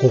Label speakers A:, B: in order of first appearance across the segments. A: こ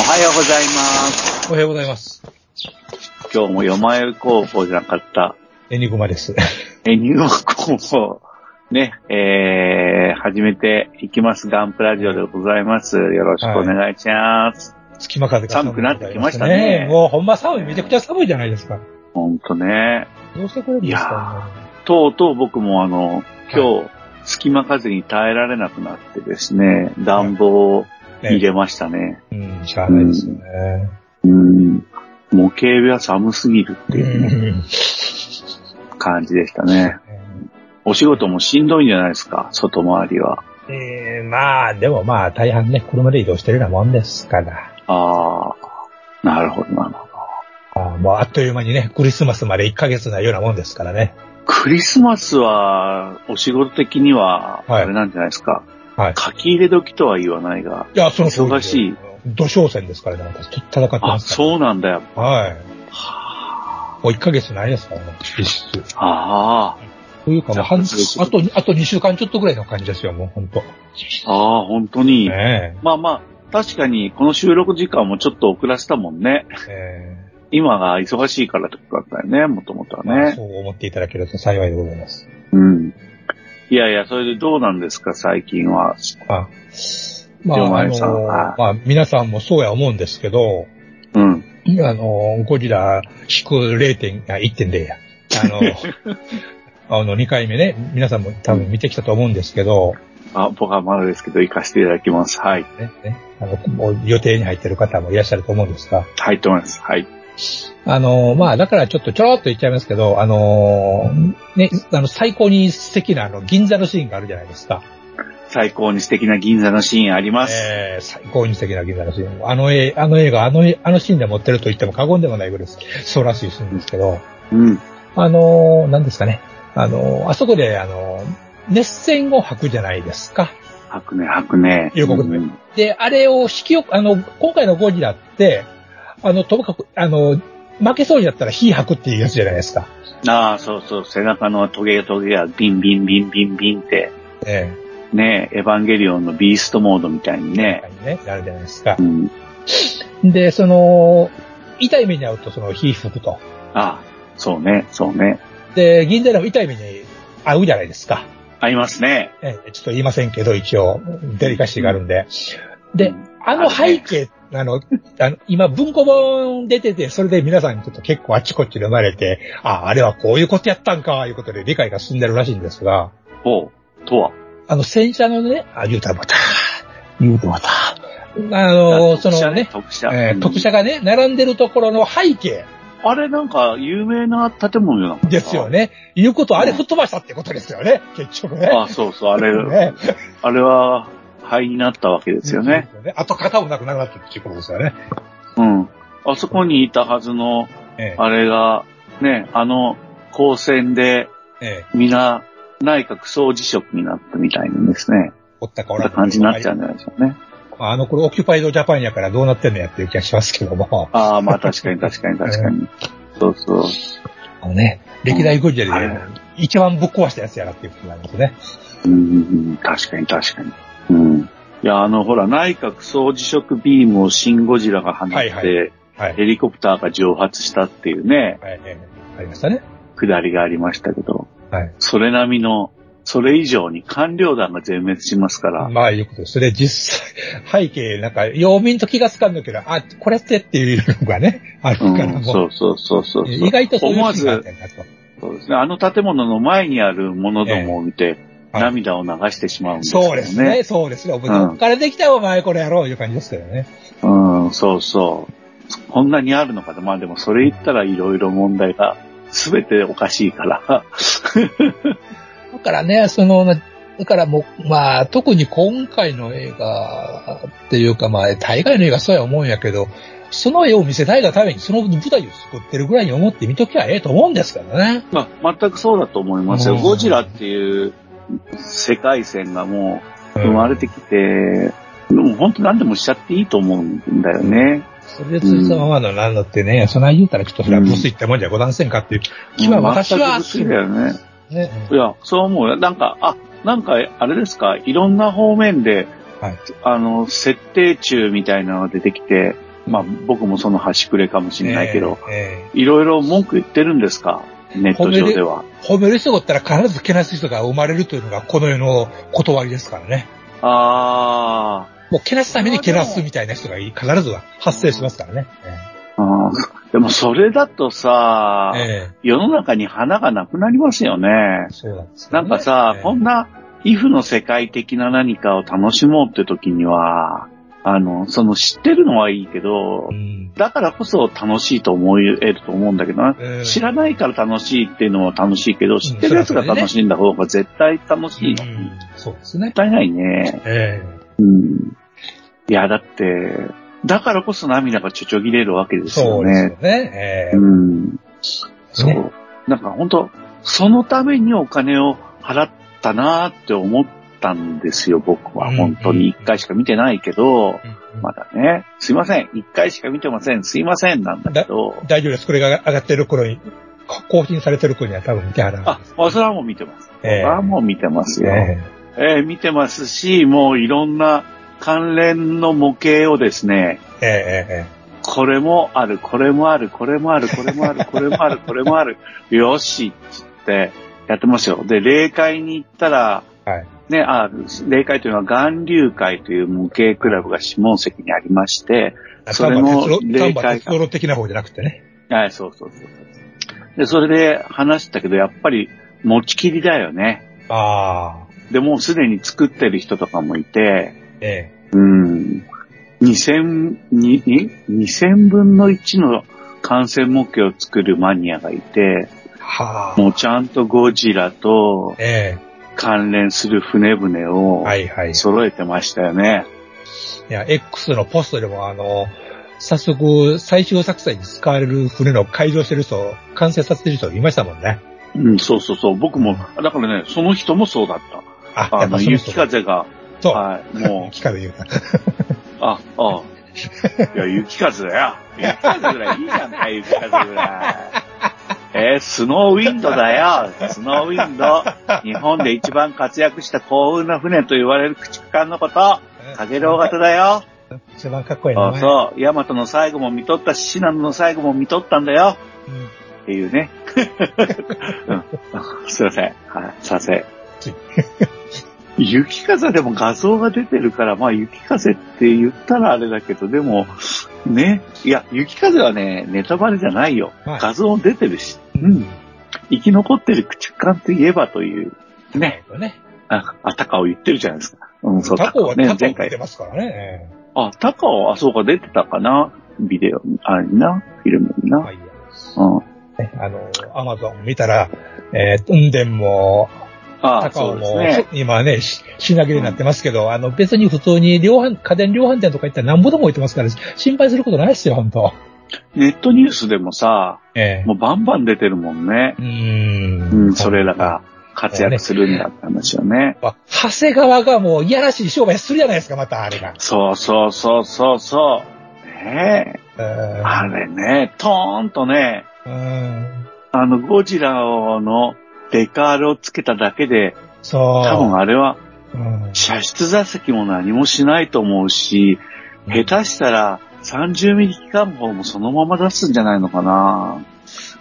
B: おはようございま
A: お
B: す。
A: はようございます
B: 今日もよまゆ工房じゃなかった、
A: エニグマです
B: え、入学工房、ね、えー、始めていきます。ガンプラジオでございます。よろしくお願いします。
A: 隙間風が
B: 寒くなってきましたね
A: もうほんま寒いめちゃくちゃ寒いじゃないですか
B: ほんとね。
A: どうしてくれるんですか
B: とうとう僕もあの、今日、隙間風に耐えられなくなってですね、暖房を
A: ね
B: 入れましたね。
A: うん、しゃあないですよね。
B: うん。模型部は寒すぎるっていう感じでしたね。お仕事もしんどいんじゃないですか、外回りは。
A: えーまあ、でもまあ、大半ね、車で移動してるようなもんですから。
B: ああ、なるほどなるほど。
A: あーもうあっという間にね、クリスマスまで1ヶ月なようなもんですからね。
B: クリスマスは、お仕事的には、
A: はい
B: あれなんじゃないですか。
A: はい
B: 書き入れ時とは言わないが。
A: いや、その通りで
B: 忙しい。
A: 土小戦ですからね、なんか戦って
B: あ、
A: ますから。
B: そうなんだよ。
A: はい。
B: は
A: もう1ヶ月ないですからね、実質。
B: ああ
A: というかもう半、あ
B: そういうこと
A: と、あと2週間ちょっとぐらいの感じですよ、もうほんと。
B: あ、ああ、本当に。
A: ね
B: まあまあ、確かに、この収録時間もちょっと遅らせたもんね。
A: え。え
B: 今が忙しいからってことだったよね、もともとは
A: ーまあ
B: ね
A: そ。う思っていただけると幸いでございます。
B: うん。いやいや、それでどうなんですか、最近は。
A: あま
B: でも
A: あ、あ
B: あ
A: の
B: れさ
A: ー、まあ、皆さんもそうや思うんですけど、
B: うん。
A: あの、ゴジラ引く0点、あ、1.0や。あの、 あの、2回目ね、皆さんも多分見てきたと思うんですけど、
B: あ、僕はまだですけど、行かせていただきます。はい。
A: ね、ねあの、もう予定に入ってる方もいらっしゃると思うんですが、
B: はい、と思います。はい。
A: あの、まあ、だからちょっとちょろっと言っちゃいますけど、あの、ね、あの、最高に素敵なあの、銀座のシーンがあるじゃないですか。
B: 最高に素敵な銀座のシーンあります。
A: えー、最高に素敵な銀座のシーン。あの絵、あの映画、あの絵、あのシーンで持ってると言っても過言でもないぐらいですそうらしいシーンですけど、
B: うん。
A: あのー、何ですかね。あのー、あそこで、あのー、熱線を吐くじゃないですか。
B: 吐くね、吐くね。
A: いうことね
B: ん
A: で、あれを引きよく、あの、今回のゴジラって、あの、ともかく、あの、負けそうになったら火吐くっていうやつじゃないですか。
B: ああ、そうそう、背中のトゲトゲがビンビンビンビンビンって、
A: え
B: ね、エヴァンゲリオンのビーストモードみたい
A: え
B: にね。
A: ね、なるじゃないですか
B: う。ん。
A: で、その、痛い目に遭うとその火吹くと。
B: ああ、そうね、そうね。
A: で、銀座でも痛い目に遭うじゃないですか。
B: 合いますね。
A: ええちょっと言いませんけど、一応、デリカシーがあるんで。で
B: うん、
A: あの背景、あの、あの今文庫本出てて、それで皆さんちょっと結構あっちこっちで生まれて、あ、あれはこういうことやったんか、いうことで理解が進んでるらしいんですが、
B: ほう、とは。
A: あの、戦車のね、あ、言うたらまた、言うたらまた、あの、そ
B: 特
A: の
B: 殊
A: ね、
B: 特
A: え
B: 殊。う
A: ー
B: ん
A: 特車がね、並んでるところの背景
B: あれなんか有名な建物よなかった
A: ですよ。ね。いうこと、あれ吹っ飛ばしたってことですよね、結局ね。
B: ああ、そうそう、あれ、
A: ね
B: あれは灰になったわけですよね。。
A: 後方もなくなくなったっていうことですよね。
B: うん。あそこにいたはずの、
A: ええ
B: あれが、ね、あの、光線で、
A: ええ、
B: 皆、内閣総辞職になったみたいなんですね。
A: おったか
B: そ
A: お
B: ん
A: ら
B: なん
A: か
B: 感じになっちゃうんじゃないですかね。
A: まああの、これオキュパイドジャパンやからどうなってんのやっていう気がしますけども。
B: ああ、まあ確かに確かに確かに。そうそう。
A: あのね、歴代ゴジラで、
B: はい
A: 一番ぶっ壊したやつやなっていうことなんですね。
B: うんうんうん、確かに確かに。うん。いや、あの、ほら、内閣総辞職ビームをシン・ゴジラが放って、
A: はいははい。
B: ヘリコプターが蒸発したっていうね、
A: はいええありましたね。
B: くだりがありましたけど、
A: はい。
B: それ並みの、それ以上に官僚団が全滅しますから、
A: まあ、いうことです。それ実際、背景、なんか、要民と気がつかんのけど、あ、これってっていうのがね、あるか
B: う
A: ら
B: ん、
A: も。
B: そううそうそうそうそう。
A: 意外とそういう
B: 思わ
A: シーンがあっ
B: ず
A: た、んだと。
B: そうですね。あの建物の前にあるものどもを見て、
A: はい
B: 涙を流してしまうんですよね。
A: そうですね、そうですね。お
B: うん
A: こっからできたお前これやろういう感じですけどね。
B: うん、そうそう。こんなにあるのかと。まあでもそれ言ったらいろいろ問題がすべておかしい から。
A: だからね、その、だからもう、まあ、特に今回の映画っていうか、まあ、大概の映画そうや思うんやけど、その絵を見せたいがために、その舞台を作ってるぐらいに思って見ときゃええと思うんですからね。
B: まあ、全くそうだと思います
A: う
B: よ。
A: ん
B: ゴジラっていう世界線がもう生まれてきて、でも本当何でもしちゃっていいと思うんだよね。
A: それで辻様はのなんだってね、そない言うたらちょっとそれはブスいったもんじゃござんせんかっていう気は私は
B: 全く不思議だよね。
A: ね。
B: いや、そう思うよ。なんか、あ、なんか、あれですか、いろんな方面で、
A: はい
B: あの、設定中みたいなのが出てきて、まあ、僕もその端くれかもしれないけど、
A: ええ。ええ
B: いろいろ文句言ってるんですかネット上では。
A: 褒める人がおったら必ずけなす人が生まれるというのがこの世の断りですからね。
B: あ
A: もうけなすためにけなすみたいな人がい必ずは発生しますからね。
B: ーあー、でもそれだとさ、
A: ええ
B: 世の中に花がなくなりますよね。
A: そうなんですよ
B: な
A: ね
B: んかさ、
A: ええ
B: こんな、イフの世界的な何かを楽しもうって時には、あの、その知ってるのはいいけど
A: う、ん
B: だからこそ楽しいと思えると思うんだけどな。
A: うん
B: 知らないから楽しいっていうのも楽しいけど、知ってるやつが楽しんだ方が絶対楽しいの。
A: う
B: も
A: んそうですね
B: っ。たいないね。
A: え
B: うん。いや、だって、だからこそ涙がちょちょぎれるわけ
A: え
B: です
A: そ
B: よ
A: うです
B: ね。
A: よね。ええ
B: うん。そう。
A: ね
B: なんか本当そのためにお金を払ったなーって思ったんですよ、僕は。
A: うん
B: 本当に一回しか見てないけど、まだね、すいません、一回しか見てません、すいません、なんだけど、
A: 大丈夫です。これが上がってる頃に、こ更新されてる頃には多分見てはら
B: あ、それはもう見てます。そ
A: ええ
B: れはもう見てますよ。え
A: え
B: ー見てますし、もういろんな関連の模型をですね、
A: えええ
B: これもある、これもある、これもある、これもある、これもある、これもある、 よし、つってやってますよ。で、霊界に行ったら、
A: えはい。
B: ね、あ、霊界というのは岩流会という模型クラブが下関にありまして、それも霊
A: 丹波
B: 界
A: 鉄道の的な方じゃなくてね。
B: はい、そうそうそうそう。で、それで話したけど、やっぱり持ちきりだよね。
A: ああ。
B: で、もうすでに作ってる人とかもいて、
A: え
B: うん。2000、に、に2000分の1の感染模型を作るマニアがい
A: え
B: て、
A: はあ。
B: もうちゃんとゴジラと
A: え
B: 関連する船々
A: え
B: を
A: はいはい。
B: 揃えてましたよね。
A: いや、X のポストでも、あの、早速、最終作戦に使われる船の改造してる人、完成させてる人いましたもんね。
B: うん、そうそうそう。僕も、だからね、その人もそうだった。
A: あ、や
B: あ
A: っぱ
B: の、
A: その人
B: 雪。風が、
A: そう。
B: はい、もう、
A: 雪風言うか。
B: あ、ああ。いや、雪風だよ。雪風ぐらいいいじゃんか、雪風ぐらい。えースノーウィンドだよ。スノーウィンド。日本で一番活躍した幸運な船と言われる駆逐艦のこと。かげろう型だよ。
A: 一番かっこいい名
B: あ
A: 前。
B: そう。ヤマトの最後も見とったし、シナノの最後も見とったんだよ。
A: うん
B: っていうね。うんすいません。はい、させ。雪風でも画像が出てるから、まあ雪風って言ったらあれだけど、でも、ね。いや、雪風はね、ネタバレじゃないよ。
A: はい
B: 画像も出てるし。うん。生き残ってる駆逐艦といえばという、ね。。
A: ね。
B: あ、あたかを言ってるじゃないですか。うん、そう、
A: タコは
B: ね
A: タコ
B: 前
A: 出て
B: 回。
A: ますからね。
B: あ、タカを、あ、そうか、出てたかな。ビデオ、あれにな、フィルムに
A: ま
B: な。
A: あいいや。
B: うん。
A: ねあの、アマゾン見たら、えー、運転も、
B: あ、
A: 高
B: そ
A: 尾
B: う
A: も
B: ですね。
A: 今ね、し品切れになってますけど、あの、別に普通に量販、家電量販店とか行ったら何ぼでも置いてますから、心配することないですよ、本当
B: ネットニュースでもさ、
A: ええ
B: もうバンバン出てるもんね。
A: うー
B: うんん、それらが活躍するんだって話よね。
A: あ長谷川がもういやらしい商売するじゃないですか、またあれが。
B: そうそうそうそうそう。ねえ、あれね、トーンとね、
A: うん。
B: あの、ゴジラのデカールをつけただけで、
A: そう。
B: 多分あれは、
A: うん
B: 射出座席も何もしないと思うし、下手したら、30ミリ機関砲もそのまま出すんじゃないのかな。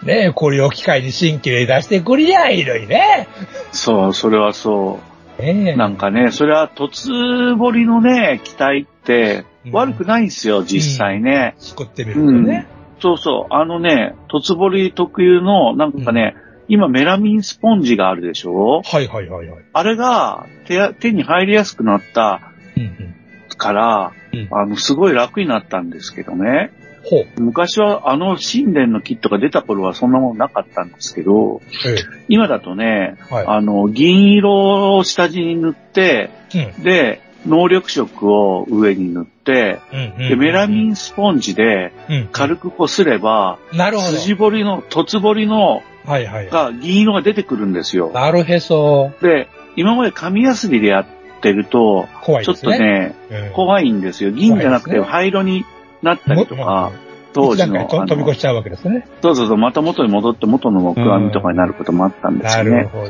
A: ねえ、これを機会に新規で出してくりゃいいのにね。
B: そう、それはそう。
A: ねえ。
B: なんかね、それは突堀のね、機体って
A: うん
B: 悪くないんですよ、実際ね。
A: 作ってみるとね。
B: そうそう、あのね、突堀特有の、なんかね、今メラミンスポンジがあるでしょ
A: はいはいはいはい。
B: あれが手や手に入りやすくなった
A: うんうん
B: から、
A: うん
B: あの、すごい楽になったんですけどね。
A: ほう。
B: 昔はあの神殿のキットが出た頃はそんなものなかったんですけど、
A: え
B: 今だとね、
A: え。は
B: あの、銀色を下地に塗って、
A: い。うん。
B: で、能力色を上に塗って、
A: うんうん。
B: で、メラミンスポンジで
A: うん
B: 軽くこすれば、
A: なるほど。
B: 筋彫りの、凸彫りの、
A: はいはい。
B: が銀色が出てくるんですよ。
A: なるへそ。
B: で、今まで紙やすりでやってると、
A: 怖い
B: ちょ
A: で
B: っ
A: す
B: と
A: ね。
B: ね、怖いんですよ。銀じゃなくて
A: 怖いですね
B: 灰色になったりとか、
A: 当
B: 当時
A: 時
B: の、
A: の。
B: あ
A: 飛び越
B: の
A: しちゃうわけですね。
B: そうそうそう、また元に戻って元の木阿弥とかになることもあったんです
A: な
B: よ
A: る
B: ね。
A: ほど。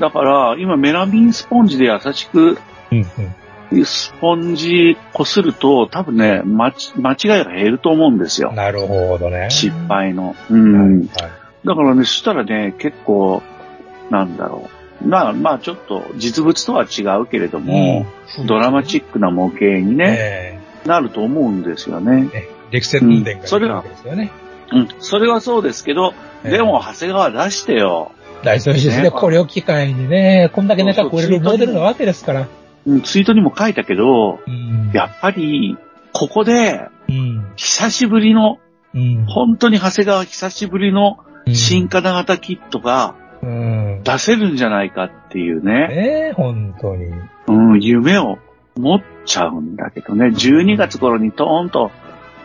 B: だから、今メラミンスポンジで優しく
A: うんうん。
B: スポンジこすると、多分ね、まち間違いが減ると思うんですよ。
A: なるほどね。
B: 失敗の。う
A: はい。はい
B: ん。だからね、そしたらね、結構、なんだろう。まあまあ、ちょっと実物とは違うけれども、ドラマチックな模型にね、
A: え
B: なると思うんですよね。
A: え。ね力説伝が出るわけですよね。
B: うん。それはそうですけど、
A: ええ
B: でも、長谷川出してよ。
A: 大丈夫ですね。
B: ね
A: これを機会にね、こんだけネタこれるモデルなわけですから。
B: うん、ツイートにも書いたけど、
A: うん。
B: やっぱり、ここで、
A: うん。
B: 久しぶりの、
A: うん。
B: 本当に長谷川久しぶりの
A: うん
B: 新。金型キットが
A: うん。
B: 出せるんじゃないかっていうね、
A: ねえ、本当に。
B: うん、夢を持っちゃうんだけどね、12月頃にトーンと、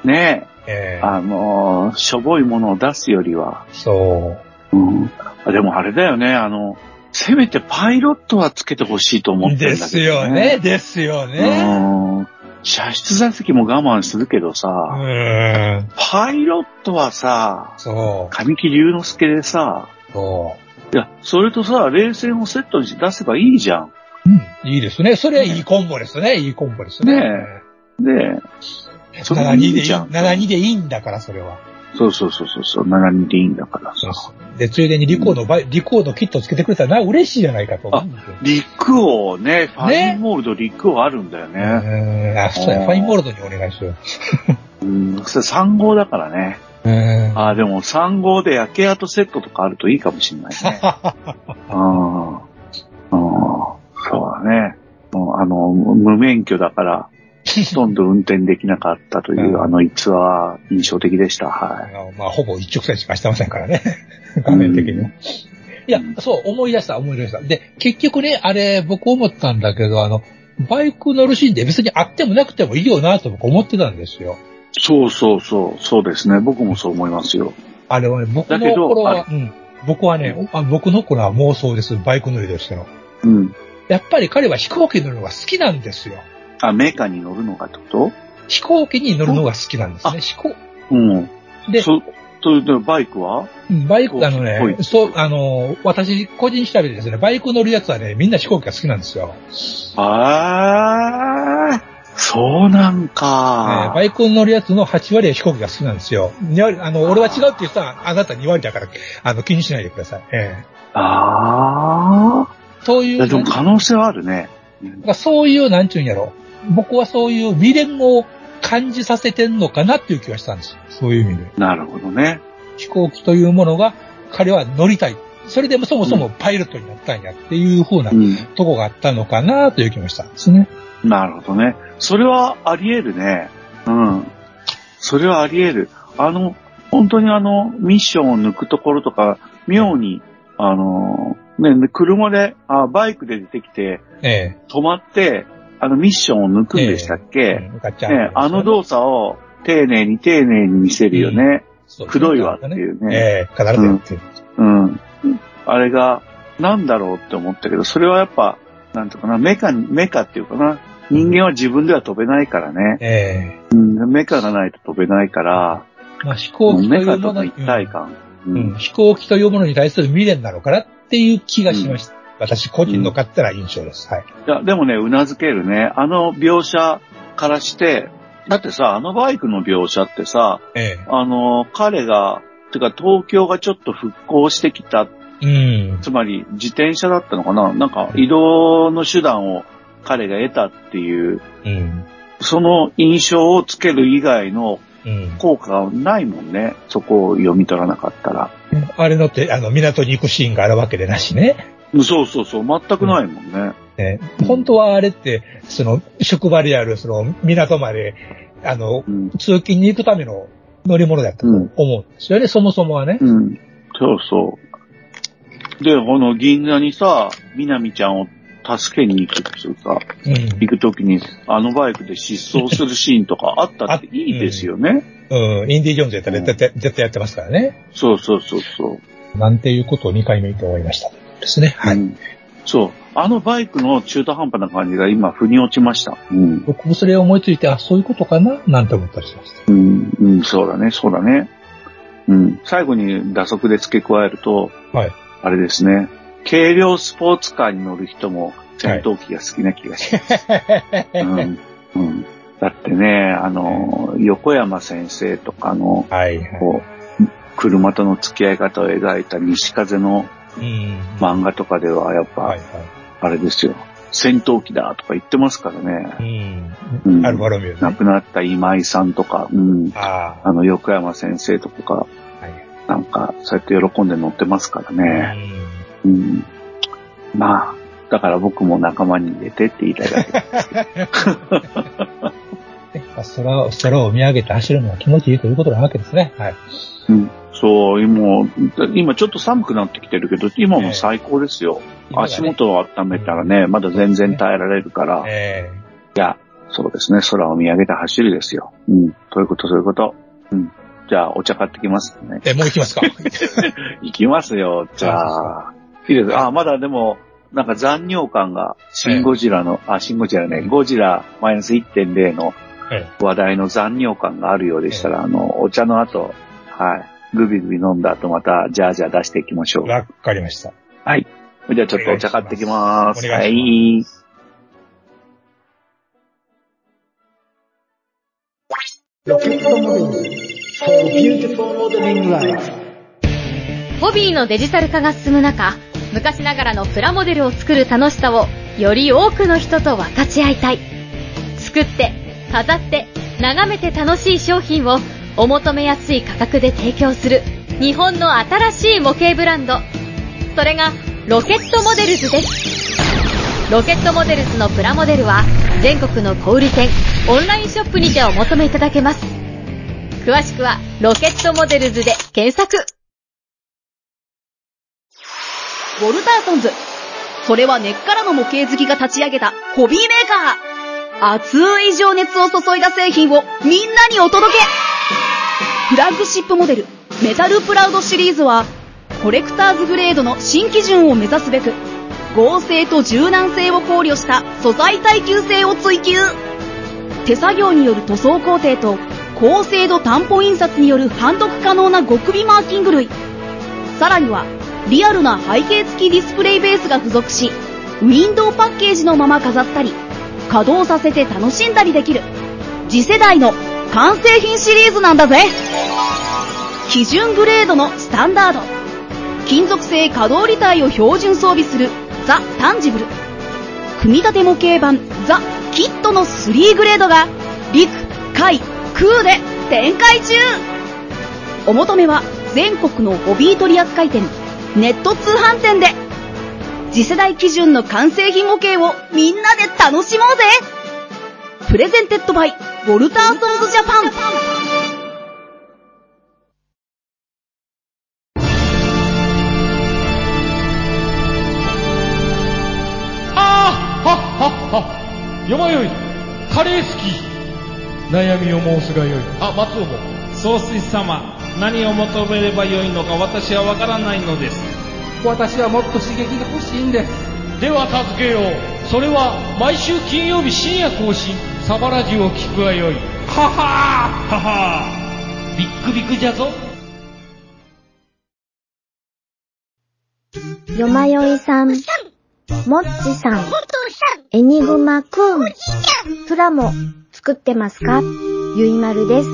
B: ね、
A: ええ。
B: あのーしょぼいものを出すよりは、
A: そう。
B: うん、でもあれだよね、あの、せめてパイロットはつけてほしいと思って
A: で
B: るんだ
A: す
B: けど
A: よね、ですよね。
B: うん射出座席も我慢するけど
A: う
B: さ、
A: ーん。
B: パイロットはさ、
A: そ
B: 神木隆之介でさ、
A: う。そ
B: いや、それとさ、冷戦をセットにして出せばいいじゃん。
A: う。うん。いいですね。それはいいコンボですね。いいコンボですね。
B: ねで、それは
A: 72
B: い
A: でい
B: い
A: い、
B: じゃん
A: 72でいいんだから、それは。
B: そうそうそうそうそう、72でいいんだからさ。
A: で、ついでにリコード、バイリコードキットつけてくれたらな、嬉しいじゃないかと思うんですよ。
B: リック王ね、ファインモールドリック王あるんだよ
A: う
B: ね。
A: ーん。あ、そうや、ファインモールドにお願いしよう。
B: うん、それ3号だからね。
A: うーん。
B: ああ、でも3号で焼け跡セットとかあるといいかもしれないね。うん。うん。そうだね。もうあの、無免許だから、ほとんど運転できなかったという、
A: うん
B: あの逸話は印象的でした。
A: あ
B: はい。
A: の、まあ、ほぼ一直線しかしてませんからね。画面的には。いや、そう、思い出した、思い出した。で、結局ね、あれ、僕思ったんだけど、あの、バイク乗るシーンで別にあってもなくてもいいよなと僕思ってたんですよ。
B: そうそうそう、そうですね。僕もそう思いますよ。
A: あれはね、僕
B: だけ
A: の
B: ど
A: 頃は
B: あ、
A: うん、僕はね、あ僕の頃は妄想です、バイク乗りとしての。
B: うん。
A: やっぱり彼は飛行機に乗るのが好きなんですよ。
B: あ、メーカーに乗るのかってこと
A: 飛行機に乗るのが好きなんです
B: う
A: ね。飛行、
B: うん。
A: で、
B: そ、というと、バイクは
A: うんバイク、あの
B: 飛行
A: ね、
B: 機
A: そう、あの、私、個人調べでですね、バイク乗るやつはね、みんな飛行機が好きなんですよ。
B: ああ、そうなん
A: ね
B: か。
A: バイクに乗るやつの8割は飛行機が好きなんですよ。2割、あの、俺は違うって言ったら、あなた2割だから、あの、気にしないでください。え
B: ああ。
A: えそうい、
B: いう
A: な
B: や
A: ん
B: でも可能性はあるね。
A: かそういう、なんちゅうんやろ。僕はそういう未練を感じさせてんのかなっていう気がしたんですよ。そういう意味で。
B: なるほどね。
A: 飛行機というものが、彼は乗りたい。それでもそもそもパイロットになったんやっていう風な
B: うん。
A: とこがあったのかなという気もしたんですね。
B: なるほどね。それはあり得るね。うん。それはあり得る。あの、本当にあの、ミッションを抜くところとか、妙に、あの、ね、車で、あバイクで出てきて、
A: え
B: 止まって、あの、ミッションを抜くんでしたっ
A: え。
B: け、
A: ガチャン
B: ね、あの動作を丁寧に丁寧に見せるよね。
A: そう
B: くどいわっていうね。
A: ええ、必ずやってる。
B: うん。あれが、なんだろうって思ったけど、それはやっぱ、なんていうかな、メカ、メカっていうかな。人間は自分では飛べないからね。
A: え
B: うん、メカがないと飛べないから、
A: え。まあ飛行機とい
B: メカ
A: う
B: と
A: もの
B: の
A: に
B: 一、体感。う
A: うん
B: ん。
A: 飛行機というものに対する未練なのかなっていう気がしました。私個人の勝手な印象です。はい。
B: いや、でもね、うなずけるね。あの描写からして、だってさ、あのバイクの描写ってさ、
A: え
B: あの、彼が、てか東京がちょっと復興してきた
A: え。うん。
B: つまり自転車だったのかななんか移動の手段を彼が得たっていう、
A: うん。
B: その印象をつける以外の
A: うん。
B: 効果がないもんね。そこを読み取らなかったら。
A: あれのって、あの、港に行くシーンがあるわけでなしね。
B: そうそうそう、全くないもんね。
A: ね本当はあれって、その、職場である、その、港まで、あの、
B: うん。
A: 通勤に行くための乗り物だったと
B: うん。
A: 思うんですよね、そもそもはね。
B: うん。そうそう。で、この銀座にさ、みなみちゃんを助けに行くっていうか、
A: うん。
B: 行くときに、あのバイクで失踪するシーンとかあったっていいですよね。
A: うん、インディ・ジョーンズやったら絶対、絶対やってますからね。
B: そうそうそうそう。
A: なんていうことを2回目って思いました。ですね。はい。
B: うんそう。あのバイクの中途半端な感じが今、腑に落ちました。うん。
A: 僕もそれを思いついて、あ、そういうことかななんて思ったりしました。
B: うん、うん、そうだね、そうだね。うん。最後に打足で付け加えると、
A: はい。
B: あれですね。軽量スポーツカーに乗る人も戦闘機が好きな気がします。うん。うん。だってね、あの、横山先生とかの、
A: はい、はい。
B: こう、車との付き合い方を描いた西風の
A: うん。
B: 漫画とかでは、やっ
A: あは
B: ぱ
A: い、、は
B: あれですよ。戦闘機だとか言ってますからね。
A: い。うん。
B: うん
A: アルファロミオ
B: 亡
A: ね。
B: くなった今井さんとか、うん。
A: あ
B: あの、横山先生とかが、
A: あ、はい。
B: なんか、そうやって喜んで乗ってますからね。
A: うん
B: うん。まあ、だから僕も仲間に入れてって言いたいだけ。
A: まあ空を、空を見上げて走るのは気持ちいいということなわけですね。はい。
B: うん。そう、今、今ちょっと寒くなってきてるけど、今も最高ですよ。
A: 今がね
B: 足。元を温めたらね、まだ全然耐えられるから、
A: え
B: そうですね、空を見上げて走るですよ。うん。ということ、そういうこと。うん。じゃあ、お茶買ってきますね。
A: ええ、もう行きますか。
B: 行きますよ、じゃあ。いいです。あ、まだでも、なんか残尿感が、シンゴジラの、あ、シンゴジラね、ゴジラマイナス1.0の
A: え
B: 話題の残尿感があるようでしたら、あの、お茶の後、はい、グビグビ飲んだ後また、ジャージャー出していきましょう。
A: わかりました。
B: はい。じゃあちょっとお茶買ってきます。
A: お願い
B: はい。
C: ホビーのデジタル化が進む中、昔ながらのプラモデルを作る楽しさをより多くの人と分かち合いたい。作って、飾って、眺めて楽しい商品をお求めやすい価格で提供する日本の新しい模型ブランド。それがロケットモデルズです。ロケットモデルズのプラモデルは全国の小売店、オンラインショップにてお求めいただけます。詳しくはロケットモデルズで検索。ウォルターソンズ。それは根っからの模型好きが立ち上げたホビーメーカー。熱い情熱を注いだ製品をみんなにお届けフラッグシップモデル、メタルプラウドシリーズは、コレクターズグレードの新基準を目指すべく、合成と柔軟性を考慮した素材耐久性を追求。手作業による塗装工程と、高精度担保印刷による判読可能な極微マーキング類、さらにはリアルな背景付きディスプレイベースが付属しウィンドウパッケージのまま飾ったり稼働させて楽しんだりできる次世代の完成品シリーズなんだぜ基準グレードのスタンダード金属製可動履帯を標準装備するザ・タンジブル組み立て模型版ザ・キットの3グレードが陸海空で展開中お求めは全国のホビー取扱店、ネット通販店で。次世代基準の完成品模型をみんなで楽しもうぜプレゼンテッドバイ、ウォルターソンズジャパン
D: あーはっはっは山よいカレー好き悩みを申すがよいあ松尾も
E: 総帥様何を求めればよいのか私はわからないのです
D: 私はもっと刺激が欲しいんですでは助けようそれは毎週金曜日深夜更新サバラジュを聞くがよいははーははービックビックじゃぞ
F: よまよいさん、もっちさん、エニグマくん、プラも作ってますかゆいまるです。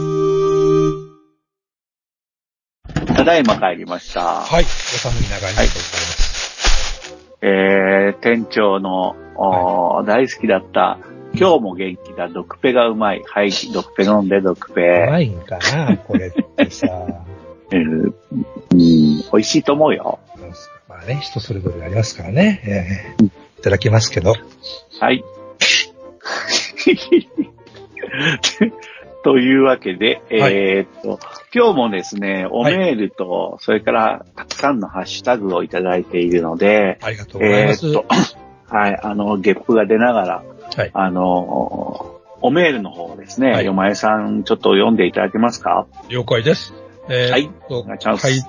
B: ただいま帰りました。
A: はい。お寒い中にありがとうございます。
B: えー、店長の、おー大好きだった、今日も元気だ、ドクペがうまい。はい、ドクペ飲んで、ドクペ。
A: うまいんかなこれってさ。
B: えーうん、美味しいと思うよ。
A: まあね、人それぞれありますからね。ええいただきますけど。
B: はい。 というわけで、
A: はい
B: えーっと、今日もですね、おメールと、それからたくさんのハッシュタグをいただいているので、
A: ありがとうござい
B: え
A: ま
B: ー
A: す。
B: っと、 はい、あの、ゲップが出ながら、
A: はい
B: あの、おメールの方をですね、
A: はい
B: よまえさん、ちょっと読んでいただけますか
A: 了解です。え
B: は
A: ー
B: い
A: と
B: お願いします
A: はい、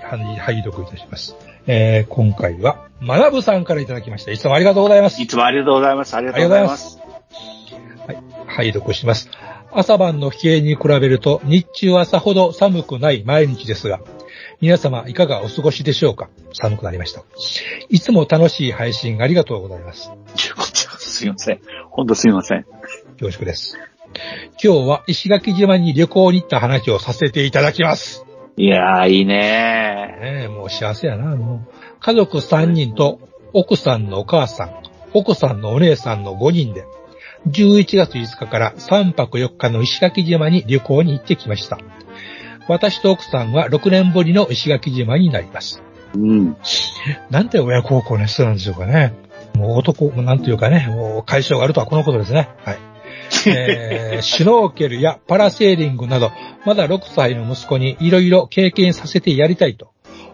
A: はい、はい、拝読いたします。えー今回は、まなぶさんからいただきました。いつもありがとうございます
B: い。つもありがとうございます。ありがとうございます。
A: 拝読します。朝晩の冷えに比べると日中はさほど寒くない毎日ですが、皆様いかがお過ごしでしょうか寒くなりました。いつも楽しい配信ありがとうございます。
B: こ ちらこそすいません。ほんとすいません。
A: 恐縮です。今日は石垣島に旅行に行った話をさせていただきます。
B: いやー、いいね
A: ねえ、もう幸せやな、もう。家族3人と奥さんのお母さん、奥さんのお姉さんの5人で、11月5日から3泊4日の石垣島に旅行に行ってきました。私と奥さんは6年ぶりの石垣島になります。
B: うん。
A: なんて親孝行な人なんでしょうかね。もう男、なんていうかね、もう解消があるとはこのことですね。 はい。えーシュノーケルやパラセーリングなど、まだ6歳の息子にいろいろ経験させてやりたいと、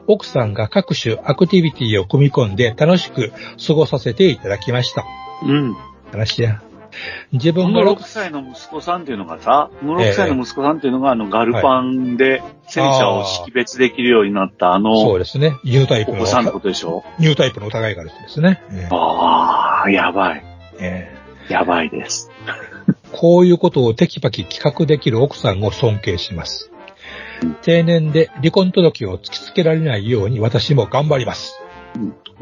A: 奥さんが各種アクティビティを組み込んで楽しく過ごさせていただきました。
B: うん。
A: 話や。自
B: こ
A: 分が
B: の
A: 6
B: 6歳の息子さんっていうのがさ、この6歳の息子さんっていうのが、あの、ガルパンで戦車を識別できるようになった、あ
A: そ
B: の
A: う、ですね、ニュータイプ
B: お
A: の、
B: 子さんのことでしょ
A: ニュータイプのお互いがある人ですね。えー
B: ああ、やばい。
A: えー
B: やばいです。
A: こういうことをテキパキ企画できる奥さんを尊敬します。定年で離婚届を突きつけられないように私も頑張ります。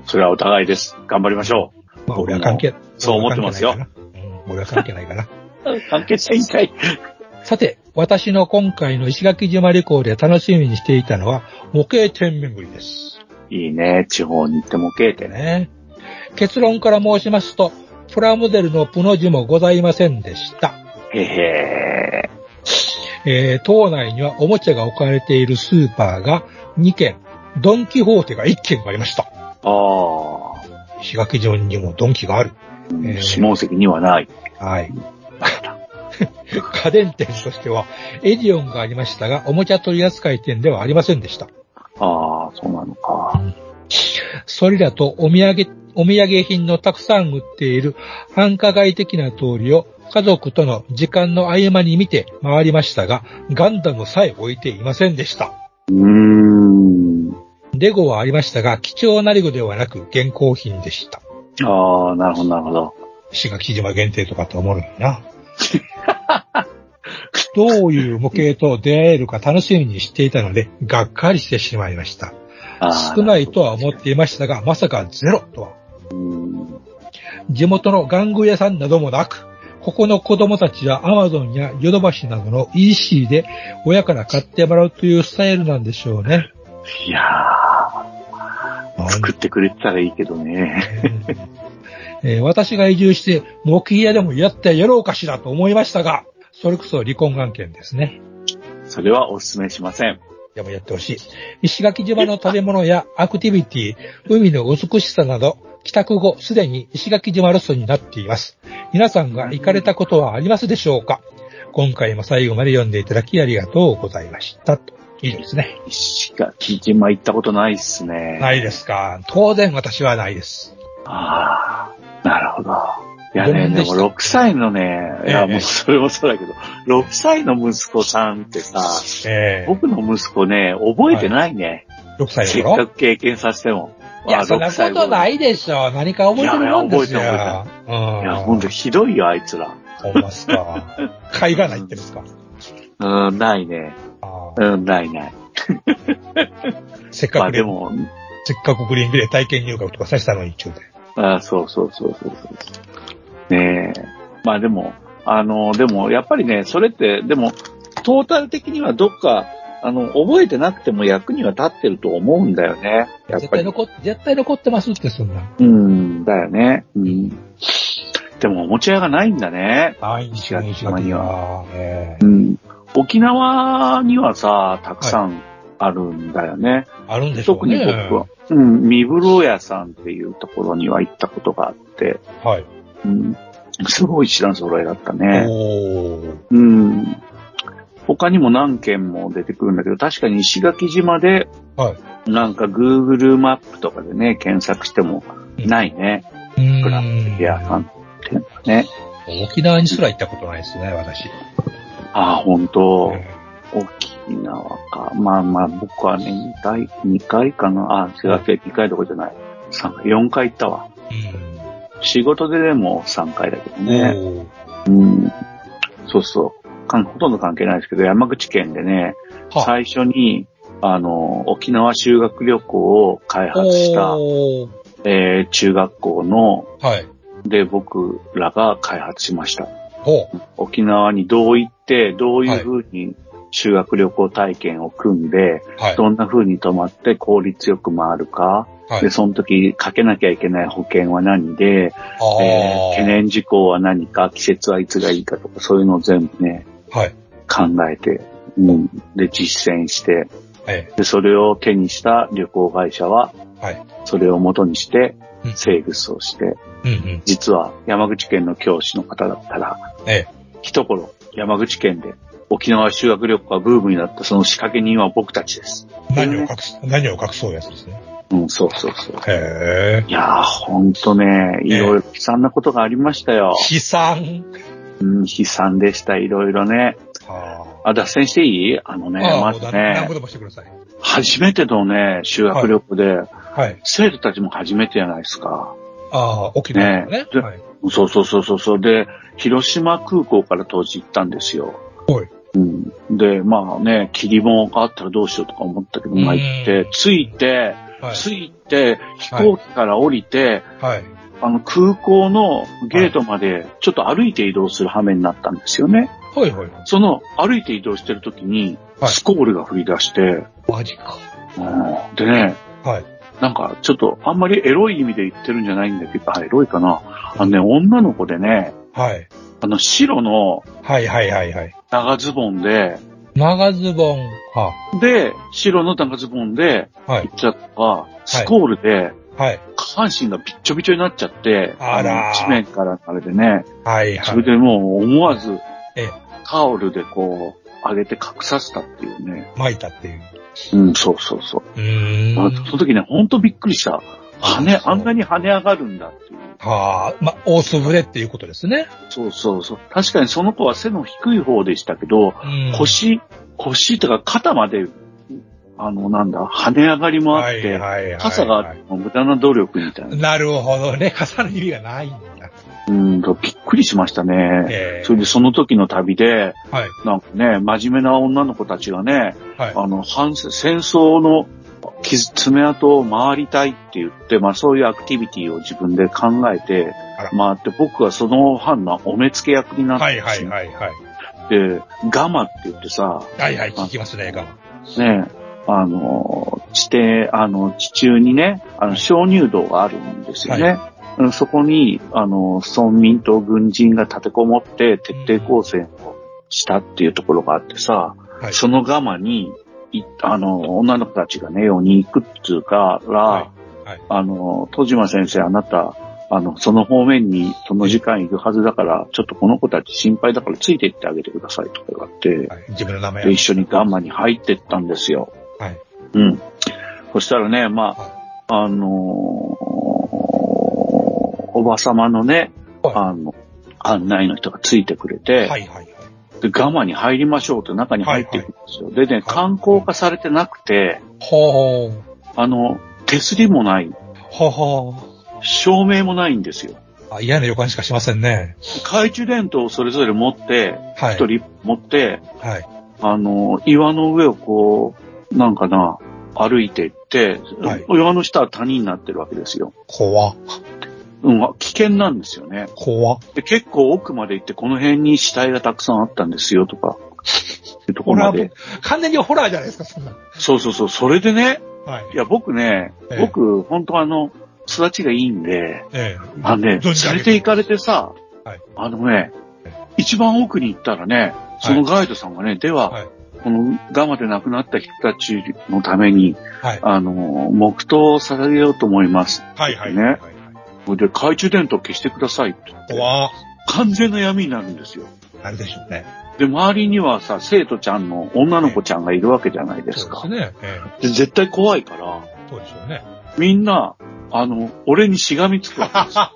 B: それはお互いです。頑張りましょ
A: まあ俺は関係、
B: そう思ってますよ
A: 俺は関係ないかな。うん俺は関係ないか
B: う。関係者委員会。
A: な。 さて、私の今回の石垣島旅行で楽しみにしていたのは模型店巡りです。
B: いいね。地方に行ってもけえてね。
A: ね。結論から申しますと、プラモデルのプの字もございませんでした。
B: へへ
A: えー、島内にはおもちゃが置かれているスーパーが2軒、ドンキホーテが1軒ありました。
B: ー。ああ。
A: 石垣城にもドンキがある。えー
B: 下関にはない。
A: はい。 家電店としては、エディオンがありましたが、おもちゃ取扱店ではありませんでした。
B: ああ、そうなのか。
A: それらとお土産、お土産品のたくさん売っている繁華街的な通りを家族との時間の合間に見て回りましたが、ガンダムさえ置いていませんでした。
B: うーん。
A: レゴはありましたが、貴重なレゴではなく現行品でした。
B: ああ、なるほど、なるほど。
A: 石垣島限定とかって思うのに な。どういう模型と出会えるか楽しみにしていたので、がっかりしてしまいました。
B: あー
A: 少ないとは思っていましたが、まさかゼロとは。地元の玩具屋さんなどもなく、ここの子供たちはアマゾンやヨドバシなどの EC で親から買ってもらうというスタイルなんでしょうね。
B: いやー、作ってくれてたらいいけどね。
A: えー私が移住して、模型屋でもやってやろうかしらと思いましたが、それこそ離婚案件ですね。
B: それはお勧めしません。
A: でもやってほしい。石垣島の食べ物やアクティビティ、海の美しさなど、帰宅後、すでに石垣島ロスになっています。皆さんが行かれたことはありますでしょうか今回も最後まで読んでいただきありがとうございました。といいですね。
B: 石垣島行ったことないっすね。
A: ないですか。当然私はないです。
B: ああ、なるほど。いや
A: ごめ
B: ね、
A: んで
B: で
A: した
B: も6歳のね、いや
A: ええ
B: もうそれもそうだけど、6歳の息子さんってさ、
A: え
B: 僕の息子ね、覚えてないね。
A: ー、6歳
B: せっ
A: の
B: か
A: 頃
B: く経験させても。
A: いや、そん
B: あ
A: な
B: 6歳
A: ことないでしょう。何か覚えてるもんですよ。
B: いやいや
A: う
B: いや、ほん
A: ん。
B: とひどいよ、あいつら。
A: ほんまっすか。貝がないってですか。
B: うん、ないね。
A: あー
B: うん、ないない。
A: せっ
B: ま
A: か
B: あ
A: く
B: で
A: で
B: も、
A: せっかくグリーンビレー体験入学とかさせたのに、中で。
B: あそうそうそうそうそう。ねえ。まあでも、あの、でもやっぱりね、それって、でも、トータル的にはどっか、あの、覚えてなくても役には立ってると思うんだよね。やっ
A: 絶
B: ぱ
A: 対
B: り。
A: 残っ、絶対残ってますって、そんな。
B: うん、だよね。うん。でも、おもちゃ屋がないんだね。
A: はい、石垣
B: 石垣
A: は。え
B: う
A: え
B: ん。沖縄にはさ、たくさんあるんだよね。
A: あるんでしょ
B: 特
A: う
B: に
A: ね。
B: 僕は、うん、三室屋さんっていうところには行ったことがあって、
A: はい。
B: うん、すごい品揃えだったね。
A: おー。
B: うん。他にも何件も出てくるんだけど、確かに石垣島で、
A: はい。
B: なんか Google マップとかでね、検索してもないね。
A: うん
B: グランドフィアさんっていうのはね。
A: 沖縄にすら行ったことないですね、私。
B: ああ、本当
A: うん
B: 沖縄か。まあまあ、僕はね、2回、二回かな。あ、違う違う、2回どころじゃない。三回、4回行ったわ。仕事ででも3回だけど
A: うん
B: ね。
A: おー
B: うん。そうそう。かんほとんど関係ないですけど、山口県でね、
A: は
B: 最初に、あの、沖縄修学旅行を開発した、
A: おー
B: えー中学校の、
A: はい。
B: で、僕らが開発しました。
A: ほう。
B: 沖縄にどう行って、どういうふうに修学旅行体験を組んで、
A: はい。
B: どんな風に泊まって効率よく回るか、
A: はい
B: で、。その時かけなきゃいけない保険は何で、
A: あー
B: えー懸念事項は何か、季節はいつがいいかとか、そういうのを全部ね、
A: はい。
B: 考えて、うん、で、実践して、
A: え
B: で、それを手にした旅行会社は、
A: えはい。
B: それを元にして
A: うん、
B: セールスをして、
A: うんうん。
B: 実は山口県の教師の方だったら、
A: ええ。
B: 一頃、山口県で沖縄修学旅行がブームになったその仕掛け人は僕たちです。
A: 何を隠す、何を隠そうやつですね。
B: うん、そうそうそう。
A: へえ。
B: いやー、ほんとね、いろいろ悲惨なことがありましたよ。
A: 悲惨。
B: うん、悲惨でした、いろいろね。
A: あ
B: あ、脱線していいあのね、
A: あああ、
B: ま
A: もう
B: ず
A: 何何
B: ね
A: 個、でもしてください。
B: 初めてのね、修学旅行で、
A: はい。
B: 生徒たちも初めてじゃないですか。
A: ああ、沖縄のね
B: ね。え
A: はい。
B: そうそうそうそうそう。で、広島空港から当時行ったんですよ。
A: はい。
B: うん。で、まあね、霧もあったらどうしようとか思ったけど、まあ行っ
A: う
B: て
A: ん、
B: 着いて、
A: はい。
B: 着いて、飛行機から降りて、
A: はい。
B: あの空港のゲートまでちょっと歩いて移動する羽目になったんですよね。
A: はいはい。
B: その歩いて移動してる時に
A: はい
B: スコールが降り出して、
A: マジか。
B: うんでね、
A: はい。
B: なんかちょっとあんまりエロい意味で言ってるんじゃないんだけど、あ、エロいかな。あのね、女の子でね、
A: はい。
B: あの白の
A: はいはいはいはい。
B: 長ズボンで、
A: 長ズボン。は
B: で、白の長ズボンで
A: は
B: 行
A: い。
B: っちゃったら、スコールで
A: はい。
B: 下半身がびっちょびちょになっちゃって、
A: あらー
B: の地面からあれでね、
A: はい
B: そ
A: は
B: れ
A: い。
B: でもう思わず
A: ええ、
B: タオルでこう、上げて隠させたっていうね。
A: 巻いたっていう。
B: うん、そうそうそ
A: う
B: う。
A: ー
B: あ
A: ん。
B: その時ね、ほんとびっくりした。跳ね、あんなに跳ね上がるんだっていう。
A: はあ、ま、大つぶれっていうことですね。
B: そうそうそう。確かにその子は背の低い方でしたけど、
A: うん。
B: 腰、腰とか肩まで、あの、なんだ、跳ね上がりもあっ
A: はい
B: て、
A: はいはい。
B: 傘がある無駄な努力みたいな。
A: なるほどね。重なる意味がないんだ。
B: うん、びっくりしましたね。
A: ええ
B: それでその時の旅で、
A: はい。
B: なんかね、真面目な女の子たちがね、
A: はい。
B: あの、反戦、戦争の傷、爪痕を回りたいって言って、まあそういうアクティビティを自分で考えて
A: あら、
B: 回って、僕はその班のお目付け役になって、
A: はいはいはいはい。
B: で、ガマって言ってさ、
A: はいはい、聞きますね、ガマ。
B: ね、あの、地底、あの、地中にね、あの、鍾乳洞があるんですよね。
A: は
B: うんそこに、あの、村民と軍人が立てこもって徹底抗戦をしたっていうところがあってさ、
A: はい。
B: そのガマに、いあの、女の子たちがね、4人行くっつうから、
A: いはい
B: あの、戸島先生、あなた、あの、その方面にその時間行くはずだから、ちょっとこの子たち心配だからついて行ってあげてくださいとか言われて、
A: はい自分の名前
B: で一緒にガマに入ってったんですよ。
A: はい。
B: うん。そしたらね、ま
A: はい
B: あ、あのーおばさまのね、
A: はい
B: あの、案内の人がついてくれ
A: は
B: て、
A: いはいはい。
B: で、ガマに入りましょうって中に入っていくんですよ。でね、
A: い
B: 観光化されてなくて、
A: ほう。
B: あの、手すりもない、
A: ほうほ
B: 照明もないんですよ。
A: う。あ、嫌な予感しかしませんね。
B: 懐中電灯をそれぞれ持って、
A: はい。
B: 一人持って、
A: はい。
B: あの、岩の上をこう、なんかな、歩いていって、
A: はい
B: 岩の下は谷になってるわけですよ。
A: 怖。
B: うん、あ危険なんですよね。
A: 怖。
B: で結構奥まで行って、この辺に死体がたくさんあったんですよとか、ってとこ
A: ホ
B: ま
A: ラ
B: で
A: ー。、完全にホラーじゃないですか、そんなの。
B: そうそうそう、それでね、
A: はい。
B: いや、僕ね
A: ええ、
B: 僕、本当あの、育ちがいいんで、
A: ええ。
B: あのね、
A: 存じ上げ
B: 連れて行かれてさ
A: はい、
B: あのね
A: ええ、
B: 一番奥に行ったらね、そのガイドさんがね、で
A: はい
B: は、このガマで亡くなった人たちのために、
A: はい。
B: あの、黙祷を捧げようと思います。
A: はいはい。
B: ね
A: はい
B: で、懐中電灯を消してくださいって言って
A: 怖。
B: 完全な闇になるんですよ。
A: あれでしょうね。
B: で、周りにはさ、生徒ちゃんの女の子ちゃんがいるわけじゃないです
A: そ
B: か
A: う。ですね。え
B: で絶対怖いから、
A: えそうでしょうね。
B: みんな、あの、俺にしがみつくわけですよ。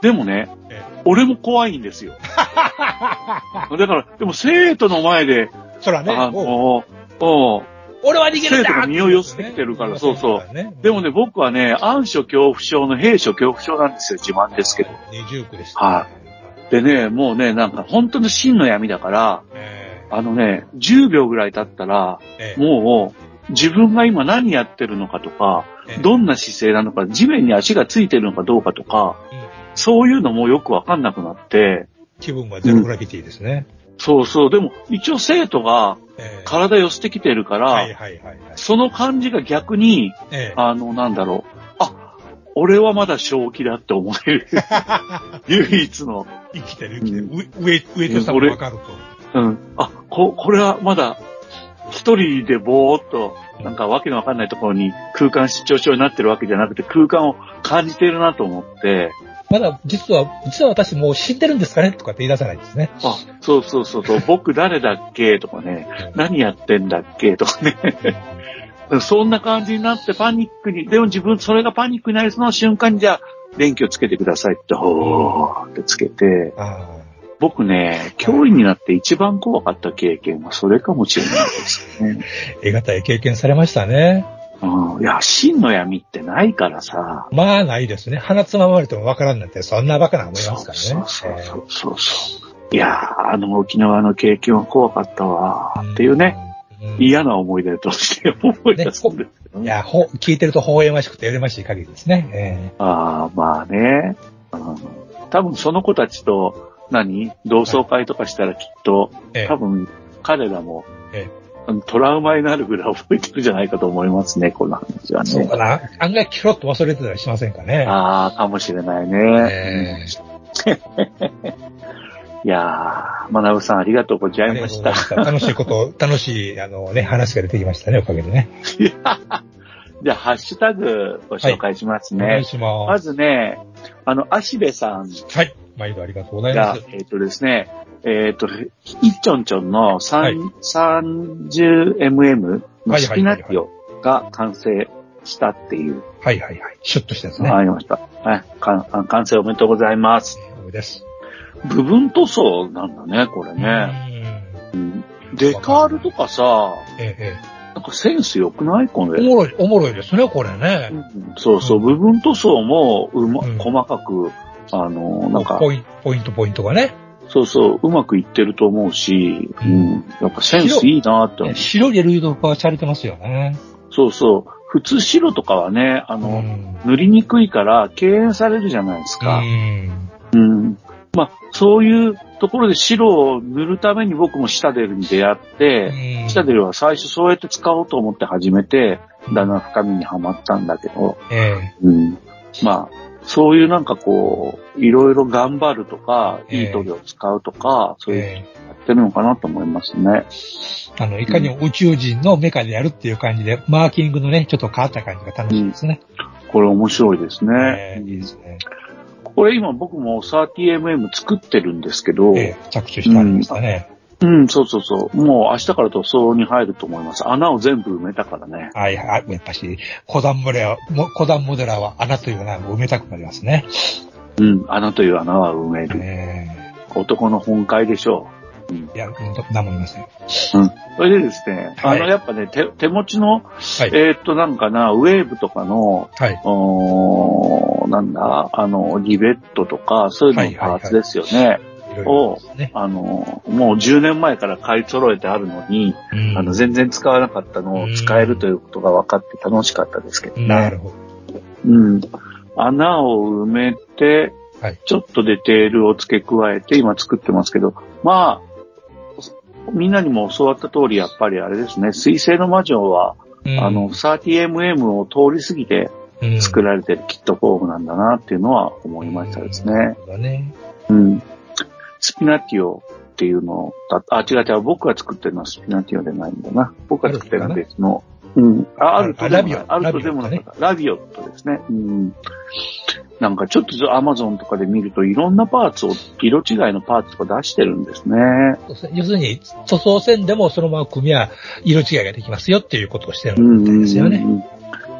B: でもね
A: え、
B: 俺も怖いんですよ。だから、でも生徒の前で、
A: そらね、
B: あ
A: もう
B: の、お
A: 俺は逃げるん
B: 生徒
A: だ
B: が身を寄せてきてるからそうそう
A: だね
B: でもね、、僕はね、暗所恐怖症の兵所恐怖症なんですよ、自慢ですけど。
A: 二重苦です。
B: はでね、もうね、なんか本当の真の闇だから、
A: え
B: あのね、10秒ぐらい経ったら、
A: えええ
B: もう、自分が今何やってるのかとか、
A: ええ
B: どんな姿勢なのか、地面に足がついてるのかどうかとか
A: うん、
B: そういうのもよくわかんなくなって、
A: 気分はゼログラビティですね。
B: そうそう、でも一応生徒が
A: ええ
B: 体寄せてきてるか
A: はい
B: ら、
A: はいはいはい。
B: その感じが逆に、
A: ええ
B: あの、なんだろう、あ、俺はまだ正気だって思 える。唯一の、
A: 生きてる生きてる。上、上上と下もわかると。
B: うん、あ、こ、これはまだ、一人でぼーっと、なんかわけのわかんないところに空間失調症になってるわけじゃなくて、空間を感じてるなと思って、
A: まだ、実は、実は私もう死んでるんですかねとかって言い出さないですね。
B: あ、そうそうそうそう、僕誰だっけとかね、何やってんだっけとかね。 そんな感じになってパニックに、でも自分、それがパニックになりそうな瞬間に、じゃあ、電気をつけてくださいって、ほーってつけて、
A: あ
B: 僕ね、教員になって一番怖かった経験はそれかもしれないで すね。
A: あ、得難い経験されましたね。
B: うん。いや、真の闇ってないからさ。
A: まあ、ないですね。鼻つままれてもわからんなんて、そんなバカな思いますからね。
B: そうそうそうそう。いやー、あの沖縄の経験は怖かったわーっていうね、
A: ええ。うん
B: 嫌な思い出として思い出すんですけど
A: い
B: ね。
A: や、ほ、聞いてると微笑ましくてやりましい限りですね。
B: ああ、まあね。うん、多分その子たちと、何同窓会とかしたらきっと、
A: えええ
B: 多分彼らも
A: え、
B: トラウマになるぐらい覚えてるんじゃないかと思いますね、この話は
A: えそう
B: ね
A: か。な。案外キロッと忘れてたりしませんかね。
B: ああ、かもしれない
A: え
B: ね。
A: え
B: いやー、学さんありがとうござ
A: あ
B: い
A: りが
B: ま
A: とう
B: し
A: ござ
B: た
A: いま。した。楽しいこと、楽しい、あのね、話が出てきましたね、おかげでね。
B: じゃあ、ハッシュタグご紹介します
A: お
B: ね。
A: 願いしま。
B: ますずね、あの、アシベさん
A: はい。毎度ありがとうございま
B: が
A: す。、
B: えっ、とですね、えっ、と、いっちょんちょんの
A: はい
B: 3 30mm のスピナッチオが完成したっていう、
A: はいはいはい。シュッとしたやつね。
B: ありました。はい、かあ完成おめでとうございます。
A: そうです。
B: 部分塗装なんだね、これね。
A: うん
B: デカールとかさ、
A: ええ、
B: なんかセンス良くないこ
A: ええ。お
B: れ。
A: もろい、おもろいですね、これね
B: う。んそうそう、部分塗装もうま、
A: うん
B: 細かく、あの、なんか、
A: ポイント、ポイント、ポイントがね。
B: そうそう、うまくいってると思うし、う
A: うん
B: ん、やっぱセンスいいなって思う。
A: 白でルイドがしゃれてますよね。
B: そうそう、普通白とかはね、あ
A: う
B: の、
A: ん。
B: 塗りにくいから敬遠されるじゃないです
A: う
B: か。
A: ん。
B: うん。まあ、そういうところで白を塗るために僕もシタデルに出会って、シタデルは最初そうやって使おうと思って始めて、だんだん深みにはまったんだけど、
A: ええ。
B: うん。まあ、そういうなんかこう、いろいろ頑張るとか、
A: ええ
B: いい塗料使うとか、そういう
A: ええ
B: やってるのかなと思いますね。
A: あの、いかにも宇宙人のメカでやるっていう感じで、マーキングのね、ちょっと変わった感じが楽しいですね。
B: これ面白いです
A: え
B: ね
A: え。いいですね。
B: これ今僕も 30mm 作ってるんですけど、
A: ええ、着手してありましたね。
B: うん、そうそうそう。もう明日から塗装に入ると思います。穴を全部埋めたからね。
A: はいはい。やっぱし、コダンモデラー、もコダンモデラーは穴という穴を埋めたくなりますね。
B: うん、穴という穴は埋める。
A: え
B: 男の本会でしょ
A: え。いや、うんとなんも言いません。
B: う。うん。それでですね、
A: はい
B: あの、やっぱね、手手持ちの、
A: はい。
B: えーっと、なんかな、ウェーブとかの、
A: はい。
B: おーなんだ、あの、リベットとか、そういうの
A: はい
B: の
A: はい
B: パ
A: はい
B: ーツですよね。
A: いろいろですね。
B: あの、もう10年前から買い揃えてあるのに、
A: うん
B: あの、全然使わなかったのを使えるということが分かって楽しかったですけどね。
A: なるほど。
B: うん。穴を埋めて、
A: はい
B: ちょっとデテールを付け加えて今作ってますけど、まあ、みんなにも教わった通り、やっぱりあれですね、水星の魔女は、
A: うん
B: あの、、30mm を通り過ぎて作られてるキットフォームなんだなっていうのは思いましたです
A: うんなる
B: ね。
A: ほどね。
B: うん。スピナティオっていうのだ、あ、違う違う、僕が作ってるのはスピナティオじゃないんだな。僕が作ってるのは別の、うん。あ、あるとでもない
A: あラビオ
B: あるとでもなかった。ラビオットですね。うん。なんかちょっとアマゾンとかで見るといろんなパーツを、色違いのパーツとか出してるんですね。
A: そうですね要するに、塗装線でもそのまま組みは色違いができますよっていうことをしてる
B: うん
A: みたいですよね。
B: うん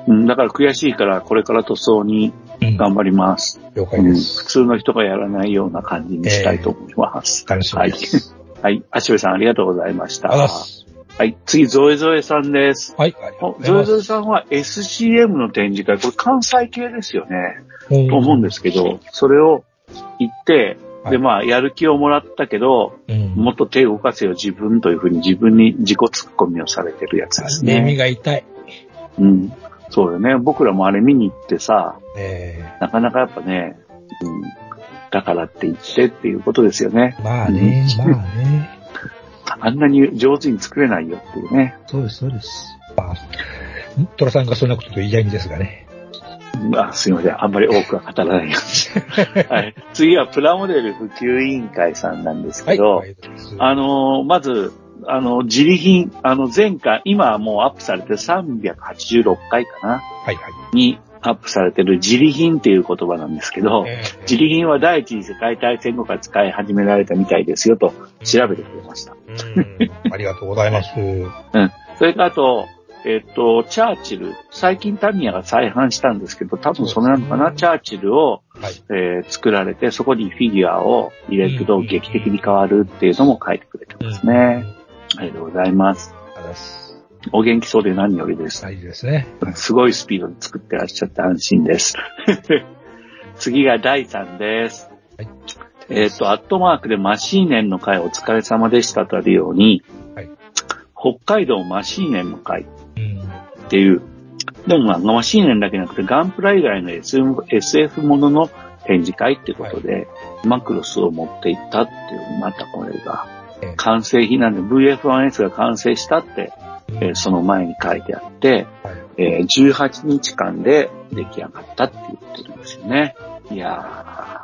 B: うんだから悔しいから、これから塗装に
A: うん、
B: 頑張ります、
A: 了
B: う
A: 解
B: ん
A: です
B: 普。通の人がやらないような感じにしたいと思います。
A: 楽しみです。
B: はい。足部さんありがとうございました。
A: あざっす
B: はい。次、ゾエゾエさんです。
A: はい、ありがとう
B: お
A: ござい
B: ゾエ
A: ます
B: ゾエさんは SCM の展示会、これ関西系ですよね。
A: うん
B: と思うんですけど、それを行って、
A: はい
B: で、まあ、やる気をもらったけど、
A: うん
B: もっと手を動かせよ自分というふうに自分に自己突っ込みをされてるやつです
A: ネーミ
B: ね。
A: が痛い。
B: うん。そうよね。僕らもあれ見に行ってさ、
A: え
B: なかなかやっぱね、うん、だからって言ってっていうことですよね。
A: ーまあね、まあね。
B: あんなに上手に作れないよっていうね。
A: そうです、そうです。まあ、トラさんがそんなことと嫌味ですがね。
B: まあ、すいません。あんまり多くは語らない ようにはい。次はプラモデル普及委員会さんなんです
A: は
B: け
A: い、
B: ど、
A: ありがとうございます
B: あのーまず、あの、自利品、あの、前回、今はもうアップされて386回かな、
A: はい、は
B: にアップされてる自利品っていう言葉なんですけど
A: い。、えー
B: 自利品は第一次世界大戦後から使い始められたみたいですよと調べてくれました。
A: うんありがとうございます。
B: それからあと、えっと、チャーチル、最近タミヤが再販したんですけど、多分それなのかな、
A: そうですね
B: チャーチルを、
A: はい
B: えー作られて、そこにフィギュアを入れると劇的に変わるっていうのも書いてくれてますね。ありがとうございます。
A: ありがとうございます。
B: お元気そうで何よりです。
A: 大事ですね。
B: すごいスピードで作ってらっしゃって安心です。 次が第3です。
A: はい
B: えっ、と、アットマークでマシーネンの会お疲れ様でしたとあるように、
A: はい
B: 北海道マシーネンの会
A: うん。
B: っていう、でもまあ、マシーネンだけじゃなくて、ガンプラ以外の SM SF ものの展示会ってことで、マクロスを持っていったっていう、またこれが
A: ええ、
B: 完成避難で VF1S が完成したってえーその前に書いてあって、えー18日間で出来上がったって言ってるんですよね。いや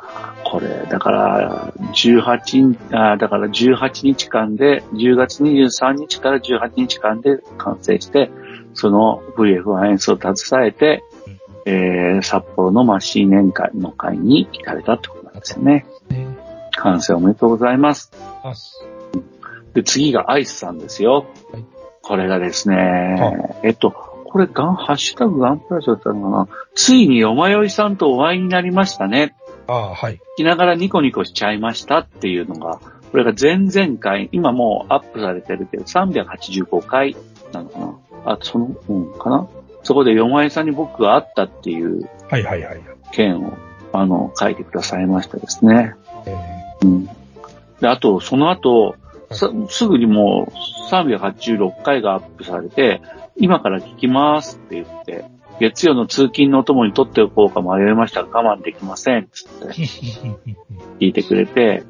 B: ー、これ、だから、18日、あーだから18日間で、10月23日から18日間で完成して、その VF 演奏を携えて、えー札幌のマシー年会の会に行かれたってことなんですよね。
A: ね
B: 完成おめでとうございます。
A: あす
B: で、次がアイスさんですよ。
A: はい
B: これがですね、
A: は
B: えっと、これガン、ハッシュタグガンプラジオだったのかなついにお迷いさんとお会いになりましたね。
A: ああ、はい。
B: 聞きながらニコニコしちゃいましたっていうのが、これが前々回、今もうアップされてるけど、385回なのかなあ、その、うん、かなそこでよまえさんに僕が会ったっていう
A: はい、はい、はい。
B: 件を、あの、書いてくださいましたですね。
A: え
B: うん。で、あと、その後、さすぐにもう386回がアップされて、今から聞きますって言って、月曜の通勤のお供に取っておこうか迷いましたが我慢できませんっつって
A: ー
B: 聞いてくれて、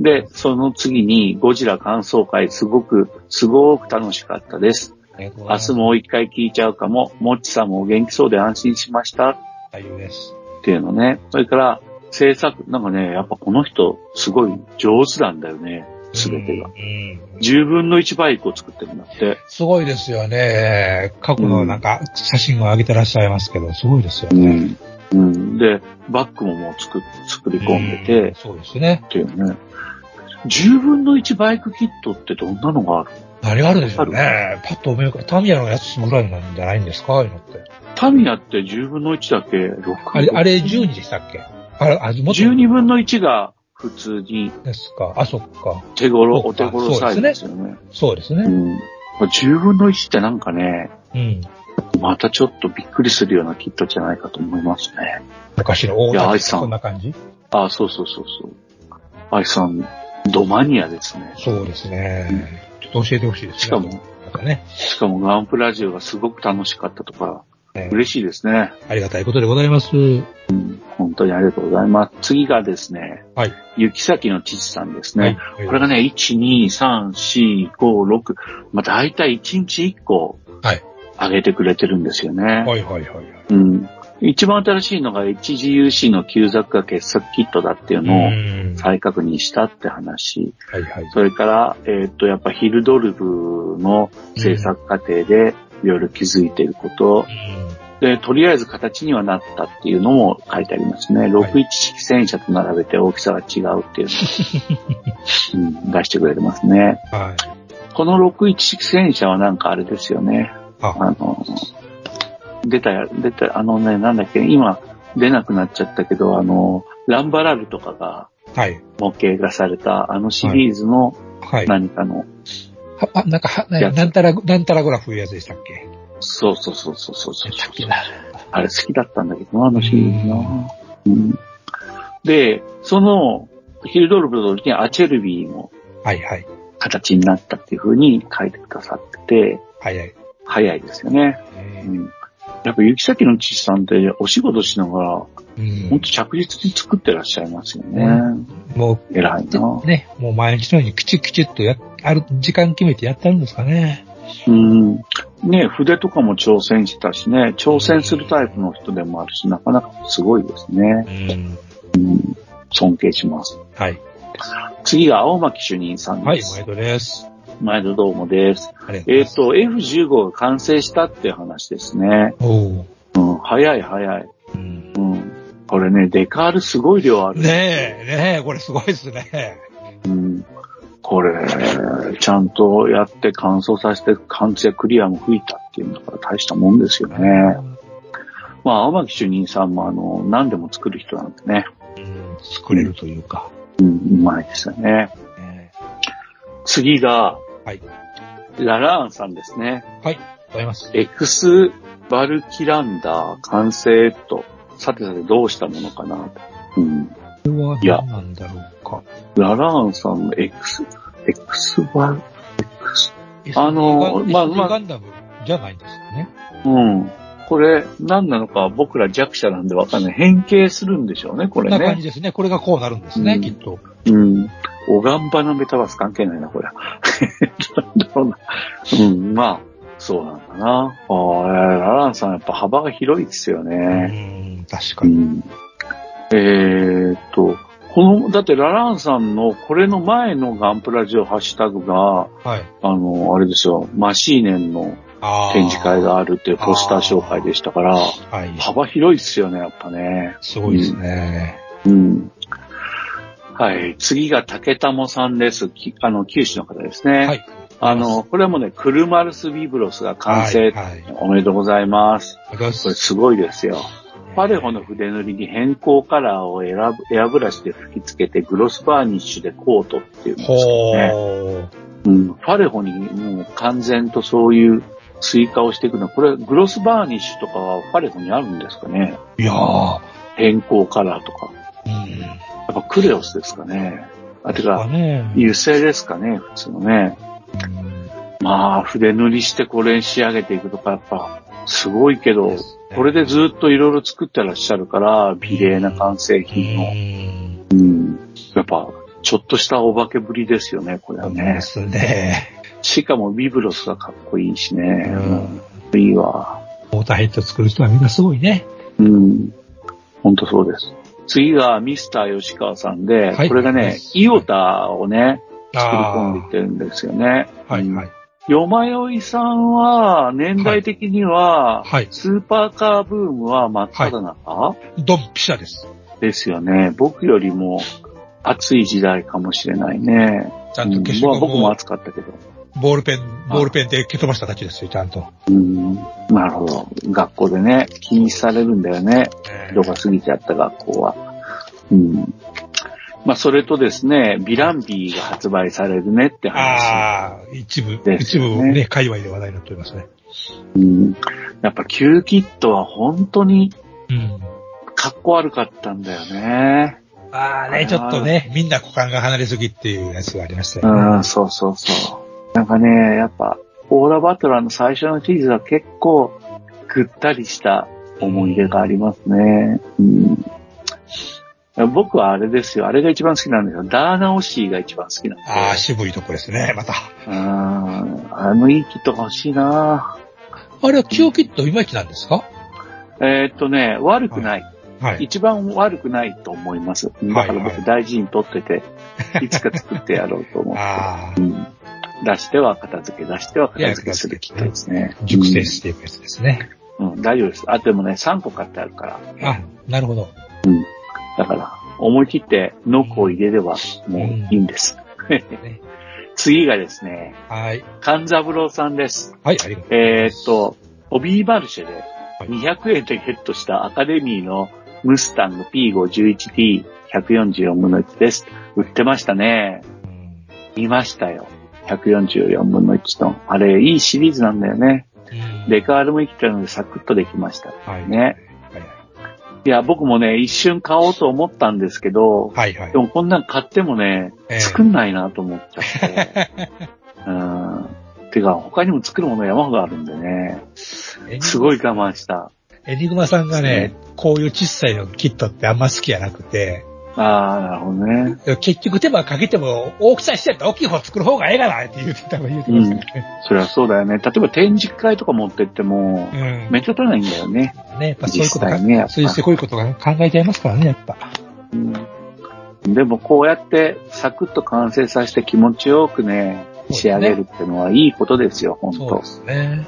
B: で、その次にゴジラ感想会すごく、すごく楽しかったです。
A: ありがとうござい
B: 明
A: ま
B: 日
A: す、
B: もう一回聞いちゃうかも、もっちさんもお元気そうで安心しました
A: 大丈夫です。
B: っていうのね。それから、制作、なんかね、やっぱこの人、すごい上手なんだよね。すべてが
A: う。ん。うん
B: 10分の1バイクを作ってるんだって。
A: すごいですよね。過去のなんか写真を上げてらっしゃいますけど、すごいですよ
B: う
A: ね。
B: ん。うん。で、バッグももう作、作り込んでて、
A: うそうですね。
B: っていうね。10分の1バイクキットってどんなのがある
A: 何があるんでしょうね。パッと思い浮かぶ。タミヤのやつぐらいなんじゃないんですかああいうのって。
B: タミヤって10分の1だけ6
A: あれ、あれ12でしたっけあれ、あ、もっと
B: 12分の1が普通に
A: ですか。あ、そっか。
B: 手頃、
A: そ
B: お
A: うか
B: 手頃サイズですよね。
A: そうです
B: う
A: ね。
B: ん。10分の1ってなんかね、
A: うん。
B: またちょっとびっくりするようなキットじゃないかと思いますね。
A: 昔の大
B: いやア
A: 田
B: イスさん
A: そんな感じ
B: ああ、そうそうそうそう。アイさん、ドマニアですね。
A: そうですね。ちょっと教えてほしいですね。
B: しかも
A: またね。
B: しかもガンプラジオがすごく楽しかったとか、
A: ね
B: 嬉しいですね。
A: ありがたいことでございます。
B: 本当にありがとうございます。次がですね、
A: はい。
B: 雪先の父さんですね。
A: はい。
B: これがね、1、2、3、4、5、6、まあ大体1日1個、
A: はい
B: 上げてくれてるんですよね。
A: はいはいはいはい。
B: うん。一番新しいのが HGUC の旧ザックが傑作キットだっていう
A: う
B: のを
A: ん。は
B: 再確認したって話。
A: いはい。
B: それから、えーっと、やっぱヒルドルブの制作過程でいろいろ気づいていること、
A: う
B: で、とりあえず形にはなったっていうのも書いてありますね。
G: はい
B: 61式戦車と並べて大きさが違うっていう のを、うん、出してくれてますね。
A: はい。
B: この61式戦車はなんかあれですよね。
A: あ、
B: あの、出たや、出た、あのね、なんだっけ、今出なくなっちゃったけど、あの、ランバラルとかが
A: はい。
B: 模型化されたあのシリーズの
A: はい。
B: 何かの、
G: はあ、なんか、はな
B: やつ
G: なんたら、なんたらグラフいうやつでしたっけ
B: そうそうそうそうそうそう
G: さっき
B: そう。
G: な。
B: あれ好きだったんだけどな、あのシリーズな。うん、で、その、ヒルドルブの時にアチェルビーの
A: はいはい。
B: 形になったっていう風に書いてくださってて、
A: はいはい。
B: 早いですよね。
A: え
B: うん、やっぱ雪崎の父さんってお仕事しながら、
A: ーう
B: ほん
A: ん
B: と着実に作ってらっしゃいますよね。
A: も
B: 偉いな
A: う、。ね、もう毎日のようにきちきちっとや、ある、時間決めてやってるんですかね。
B: うん。ね筆とかも挑戦したしね、挑戦するタイプの人でもあるし、なかなかすごいですね。
A: うん。
B: 尊敬します。
A: はい。
B: 次が青巻主任さん
A: はい
B: で、す。
A: 毎度です。
B: 毎度どうもです。
A: ありがとうござ
B: え
A: い
B: っ、
A: ます。
B: と、F15 が完成したっていう話ですね。
A: おう
B: うん、早い早い。
A: うん
B: うん。これね、デカールすごい量ある。
A: ねえ、ねえ、これすごいですね。
B: うん。これ、ちゃんとやって乾燥させて、完成クリアも吹いたっていうんだから大したもんですよね。まあ、青巻主任さんもあの、何でも作る人なんでね。
A: うん、作れるというか。
B: うん、うまいですよね。
A: ね
B: 次が、
A: はい
B: ララーンさんですね。
A: えございます。
B: エクスバルキランダー完成と、さてさてどうしたものかなと。うん。
A: これはい
B: や
A: 何なんだろうか。
B: ララーンさんの X、X バル、X、あの
A: SD
B: まあまあ
A: ガンダムじゃないんですよね。
B: うん。これ、何なのか僕ら弱者なんでわかんない。変形するんでしょうね、こ
A: こん
B: れ
A: な感
B: ね。
A: じですね。これがこうなるんですね、
B: うん
A: きっと。
B: うん。おがんばのメタバース関係ないな、これ。 なんだろうな。うん、まあ、そうなんだな。ああ、ラランさんやっぱ幅が広いですよ
A: う
B: ね。
A: ん、確か
B: う
A: に。
B: ん。えーっと、この、だってラランさんのこれの前のガンプラジオハッシュタグが、
A: はい。
B: あの、あれですよ、マシーネンの
A: あー
B: 展示会があるっていうポスター紹介でしたから、
A: はい。
B: 幅広いですよね、やっぱね。
A: すごいですね。
B: うん。はい。次が竹玉さんです。きあの、九州の方ですね。
A: はい。
B: あの、これはもうね、クルマルスビブロスが完
A: は
B: 成。
A: い。はい
B: おめでとうございます。
A: ありがとうご
B: こ
A: ざい
B: れ
A: ます
B: すごいですよ。パレホの筆塗りに変更カラーを選ぶエアブラシで吹き付けて、グロスバーニッシュでコートっていうんです
A: ほ
B: よね。
A: ー。
B: うん、ファレホにもう完全とそういう追加をしていくのは、これ、グロスバーニッシュとかはファレホにあるんですかね
A: いやー。
B: 変更カラーとか。
A: うん。や
B: やっぱクレオスですかねあ、てか、
A: ね。
B: 油性ですかね普通のね。
A: うん
B: まあ、筆塗りしてこれに仕上げていくとか、やっぱ、すごいけど、
A: ですね
B: これでずっといろいろ作ってらっしゃるから、美麗な完成品を。
A: うん。
B: うん。やっぱ、ちょっとしたお化けぶりですよね、これは
A: そう
B: ね
A: で。すね。
B: しかもビブロスがかっこいいし
A: う
B: ね。
A: ん。
B: いいわ。
A: モーターヘッド作る人はみんなすごいね。
B: うん。ほんとそうです。次がミスター吉川さんで、
A: はい
B: これが
A: は
B: ね
A: い、
B: イオタをね、作り込んでいっ
A: あ
B: てるんですよね。
A: ーはいはい
B: い。。よまよいさんは、年代的には、
A: はい。
B: スーパーカーブームは真っ只中、
A: ドンピシャです。
B: ですよね。僕よりも暑い時代かもしれないね。
A: ちゃんと消しゴ
B: うんまあ僕も
A: ムを
B: 暑かったけど。
A: ボールペン、ボールペンで蹴飛ばしただけですよ、ちゃんと。
B: うん。なるほど。学校でね、禁止されるんだよね。
A: ね
B: 人が過ぎちゃった学校は。うん。まあ、それとですね、ビランビーが発売されるねって話。
A: ああ、一部、
B: で
A: 一
B: すよね
A: 部ね、界隈で話題になっておりますね。
B: うん。やっぱ、キューキットは本当に
A: うん。
B: かっこ悪かったんだよね。
A: ああね、ちょっとね、みんな股間が離れすぎっていうやつがありましたよ
B: う
A: ね
B: ん、。そうそうそう。なんかね、やっぱ、オーラバトラーの最初のシリーズは結構ぐったりした思い出がありますね。うん。僕はあれですよ。あれが一番好きなんですよ。ダーナオシーが一番好きなんですよ。
A: ああ、渋いとこですね、また。
B: うーんあのいいキットが欲しいな
G: あれはキューキットいまいちなんですか
B: えーっとね、悪くない,、
A: はい。
B: 一番悪くないと思います。だ
A: はい
B: から僕大事に取ってて、いつか作ってやろうと思う。
A: あ
B: うん出しては片付け、出しては片付けするキットですね。
A: あ、熟成していくやつですね。
B: うん、大丈夫です。あ、でもね、3個買ってあるから。
A: あ、なるほど。
B: だから、思い切ってノックを入れればもういいんです。
A: ね
B: 次がですね、
A: はい。
B: 勘三郎さんです。
A: はい、ありがとう。
B: えーっと、ホビーマルシェで200円でゲットしたアカデミーのムスタング P51D144 分の1です。売ってましたね。
A: うん
B: 見ましたよ。144分の1の。あれ、いいシリーズなんだよね。
A: うん
B: デカールも生きてるのでサクッとできました。
A: はい。
B: ね。
A: はい
B: いや、僕もね、一瞬買おうと思ったんですけど、
A: はい。はい
B: で
A: はい。
B: もこんなん買ってもね、
A: ええ
B: 作んないなと思っち ゃって。うん。てか、他にも作るもの山ほどあるんでね。
A: エニ
B: すごい我慢した。
A: エニグマさんがね、こういう小さいのキットってあんま好きじゃなくて、
B: ああ、なるほどね。
A: 結局手間かけても大きさして大きい方作る方がええがなって言うてたの言うてましたね。
B: そりゃそうだよね。例えば展示会とか持ってっても、
A: うん。
B: 目立たないんだよね。
A: ね、やっぱそういうこと
B: 実
A: か、
B: 際ねやっぱ
A: そういうすごいことが考えちゃいますからね、やっぱ。
B: うん、でもこうやってサクッと完成させて気持ちよくね、仕上げるってのはいいことですよ、本
A: そう
B: 当
A: ですね。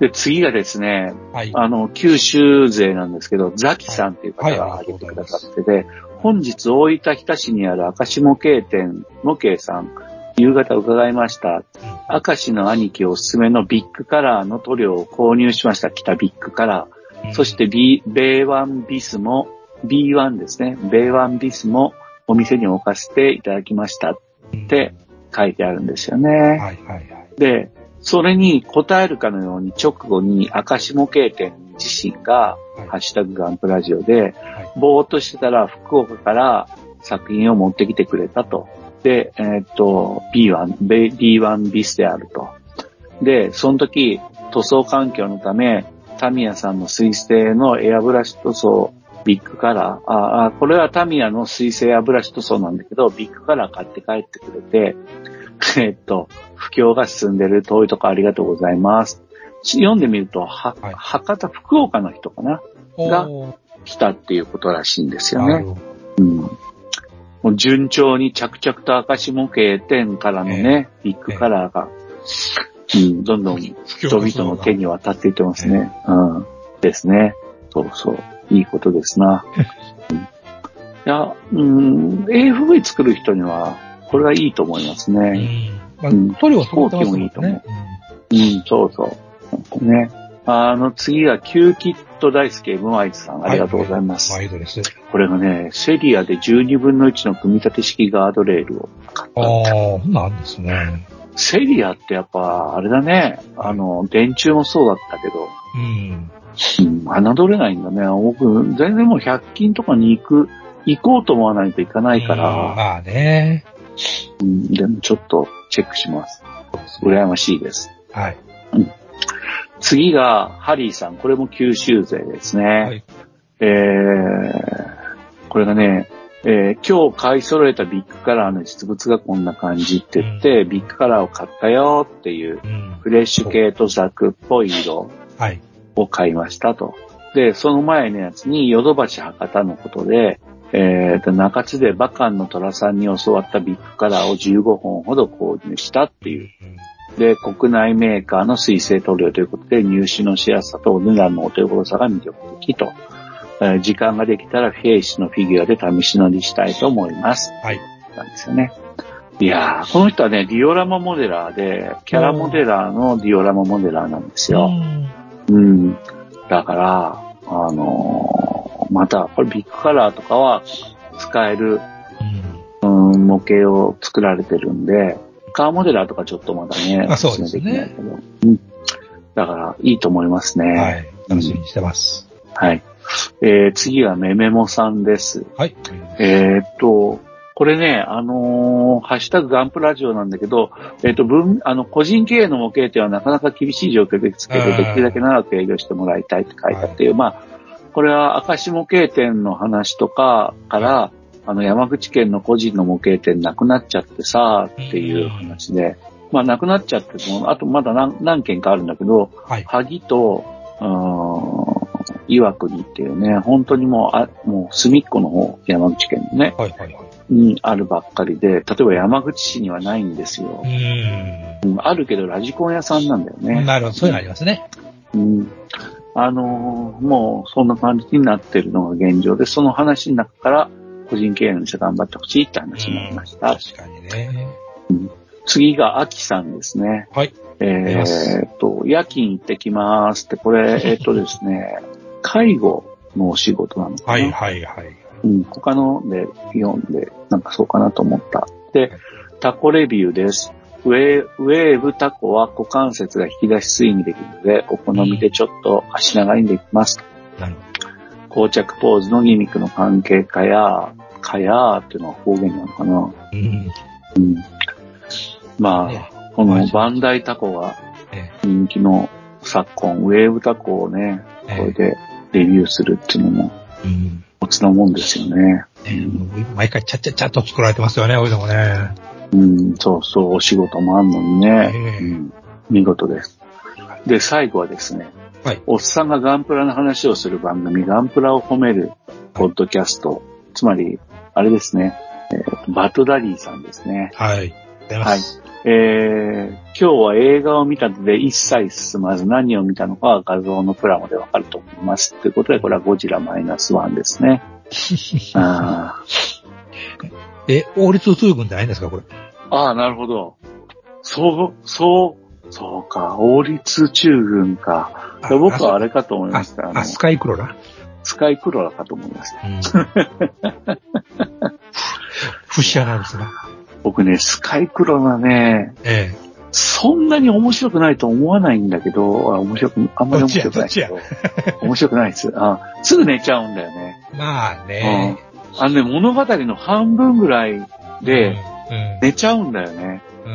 B: で、次がですね、
A: はい。
B: あの、九州勢なんですけど、ザキさんっていう方が
A: はい
B: 挙げてくださってて、本日大分日田市にある明石模型店、模型さん、夕方伺いました。明石の兄貴おすすめのビッグカラーの塗料を購入しました。北ビッグカラー。そして、B、米1ビスも、B1 ですね。米1ビスもお店に置かせていただきましたっ
A: うん、
B: て書いてあるんですよ
A: はい
B: ね。
A: はいはい。
B: で、それに答えるかのように直後に明石模型店自身
A: は
B: が、
A: い
B: ハッシュタグガンプラジオで
A: は、
B: ぼーっとしてたら福岡から作品を持ってきてくれたと。で、えーっと、B1、ベ B1 ビスであると。で、その時、塗装環境のため、タミヤさんの水性のエアブラシ塗装、ビッグカラー、ああ、これはタミヤの水性エアブラシ塗装なんだけど、ビッグカラー買って帰ってくれて、 えーっと、不況が進んでる遠いとこありがとうございます。読んでみると、は、
A: はい
B: 博多、福岡の人かなが
A: おー
B: 来たっていうことらしいんですよ
A: なる
B: ね。
A: ほど
B: もう順調に着々と明石模型店からのね、ビッグカラーが、うん、どんどん人々の手に渡っていってますね。うん。ですね。そうそう。いいことですな。うんいや、うん、AFV 作る人には、これはいいと思います
A: う
B: ね。
A: ん。ま
B: うん
A: あ、塗料は揃ってますもん
B: 飛行機もいいと思
A: ね
B: う。うん、そうそう。ね。あの、次が、キューキット大好き MY さん、ありがとうございます。
A: ワイドレス。
B: これがね、セリアで12分の1の組み立て式ガードレールを買っ
A: あ
B: た。
A: あ、なんですね。
B: セリアってやっぱ、あれだね、あの、電柱もそうだったけど、
A: うん。
B: うん、侮れないんだね。僕、全然もう100均とかに行く、行こうと思わないといかないか
A: うん
B: ら、
A: まあね。
B: うん、でもちょっとチェックします。羨ましいです。
A: はい。
B: 次が、ハリーさん。これも九州勢ですね。
A: い
B: えー、これがね、えー今日買い揃えたビッグカラーの実物がこんな感じって言って、ビッグカラーを買ったよっていう、
A: うん。
B: フレッシュ系とザクっぽい色
A: はい。
B: を買いましたと。で、その前のやつに、ヨドバシ博多のことで、えーと、中津でバカンの虎さんに教わったビッグカラーを15本ほど購入したっていう。
A: うん
B: で、国内メーカーの水性塗料ということで、入手のしやすさとお値段のお手頃さが魅力的と。えー時間ができたら、フェイスのフィギュアで試し乗りしたいと思います。
A: はい。
B: なんですよね。いやー、この人はね、ディオラマモデラーで、キャラモデラーのディオラマモデラーなんです
A: う
B: よ。
A: ん
B: うん。だから、あのーまた、これビッグカラーとかは使える
A: うん
B: うん模型を作られてるんで、カーモデラーとかちょっとまだね、
A: あそうですね
B: お勧めきないけどうん。だから、いいと思いますね。
A: は
B: はい。
A: い。楽しみにしてます。
B: えー、次はメメモさんです。
A: はい。
B: えーっと、これね、あのーハッシュタグガンプラジオなんだけど、えーっと、分、あの、個人経営の模型っていうのはなかなか厳しい状況ですけど、
A: うん
B: できるだけ長く営業してもらいたいって書いてあっていう、まあ、これは明石模型店の話とかから、あの、山口県の個人の模型店なくなっちゃってさ、っていう話で、まあ、なくなっちゃっても、あとまだ何何件かあるんだけど、
A: はい。
B: 萩と、うーん岩国っていうね、本当にもう、あもう隅っこの方、山口県のね、
H: はいはいはい。
B: にあるばっかりで、例えば山口市にはないんですよ
A: う。ー
B: うんあるけどラジコン屋さんなんだよね。
A: ん。なるほど、そういうのありますね。
B: うんあのーもうそんな感じになってるのが現状で、その話の中から個人経営の人頑張ってほしいって話になりました。
A: 確かにね。
B: 次が秋さんですね。
H: はい。り
B: え
H: ます
B: ーっと、夜勤行ってきますって、これ、えーっとですね、介護のお仕事なのかな。
H: はいはいはい。
B: うん、他ので読んで、なんかそうかなと思った。で、タコレビューです。ウェーウェーブタコは股関節が引き出しスイングできるので、お好みでちょっと足長にできます。
H: なる
B: 膠着ポーズのギミックの関係かや、かやーっていうのは方言なのかな。
H: うん。
B: まあ、
H: ね
B: こ
H: は
B: の
H: い
B: バンダイタコが
H: え
B: 人気の昨今、ウェーブタコをね、
H: え
B: これでレビューするっていうのも、
H: うん。
B: おつなもんですよね。
H: ねもう毎回ちゃっちゃっちゃっと作られてますよね、こういうのもね。
B: うん、そうそう、お仕事もあんのにね
H: え。え
B: うん、見事です。で、最後はですね、
H: はい
B: おっさんがガンプラの話をする番組、ガンプラを褒めるポッドキャスト、つまり、あれですね、えーバトダディさんですね。
H: はい。ありがとうございます。
B: えー今日は映画を見たので一切進まず何を見たのかは画像のプラモでわかると思います。ということで、これはゴジラマイナスワンですね。あ
H: え、王立通軍ってないんですか、これ。
B: ーあー、なるほど。そう、そう、そうか、王立中軍か。
H: あ
B: 僕はあれかと思いま
H: あ
B: した。あ、の
H: あ、スカイクロラ。
B: スカイクロラかと思いました。
H: うん。節穴ですな。
B: 僕ね、スカイクロラね、
H: え
B: そんなに面白くないと思わないんだけど、あ面白く、あんまり面白くないけど
H: ど、
B: 面白くないです。あすぐ寝ちゃうんだよね。
H: え。まあね。
B: うんあのね、物語の半分ぐらいで
H: うん、
B: 寝ちゃうんだよね。
H: うん、う
B: う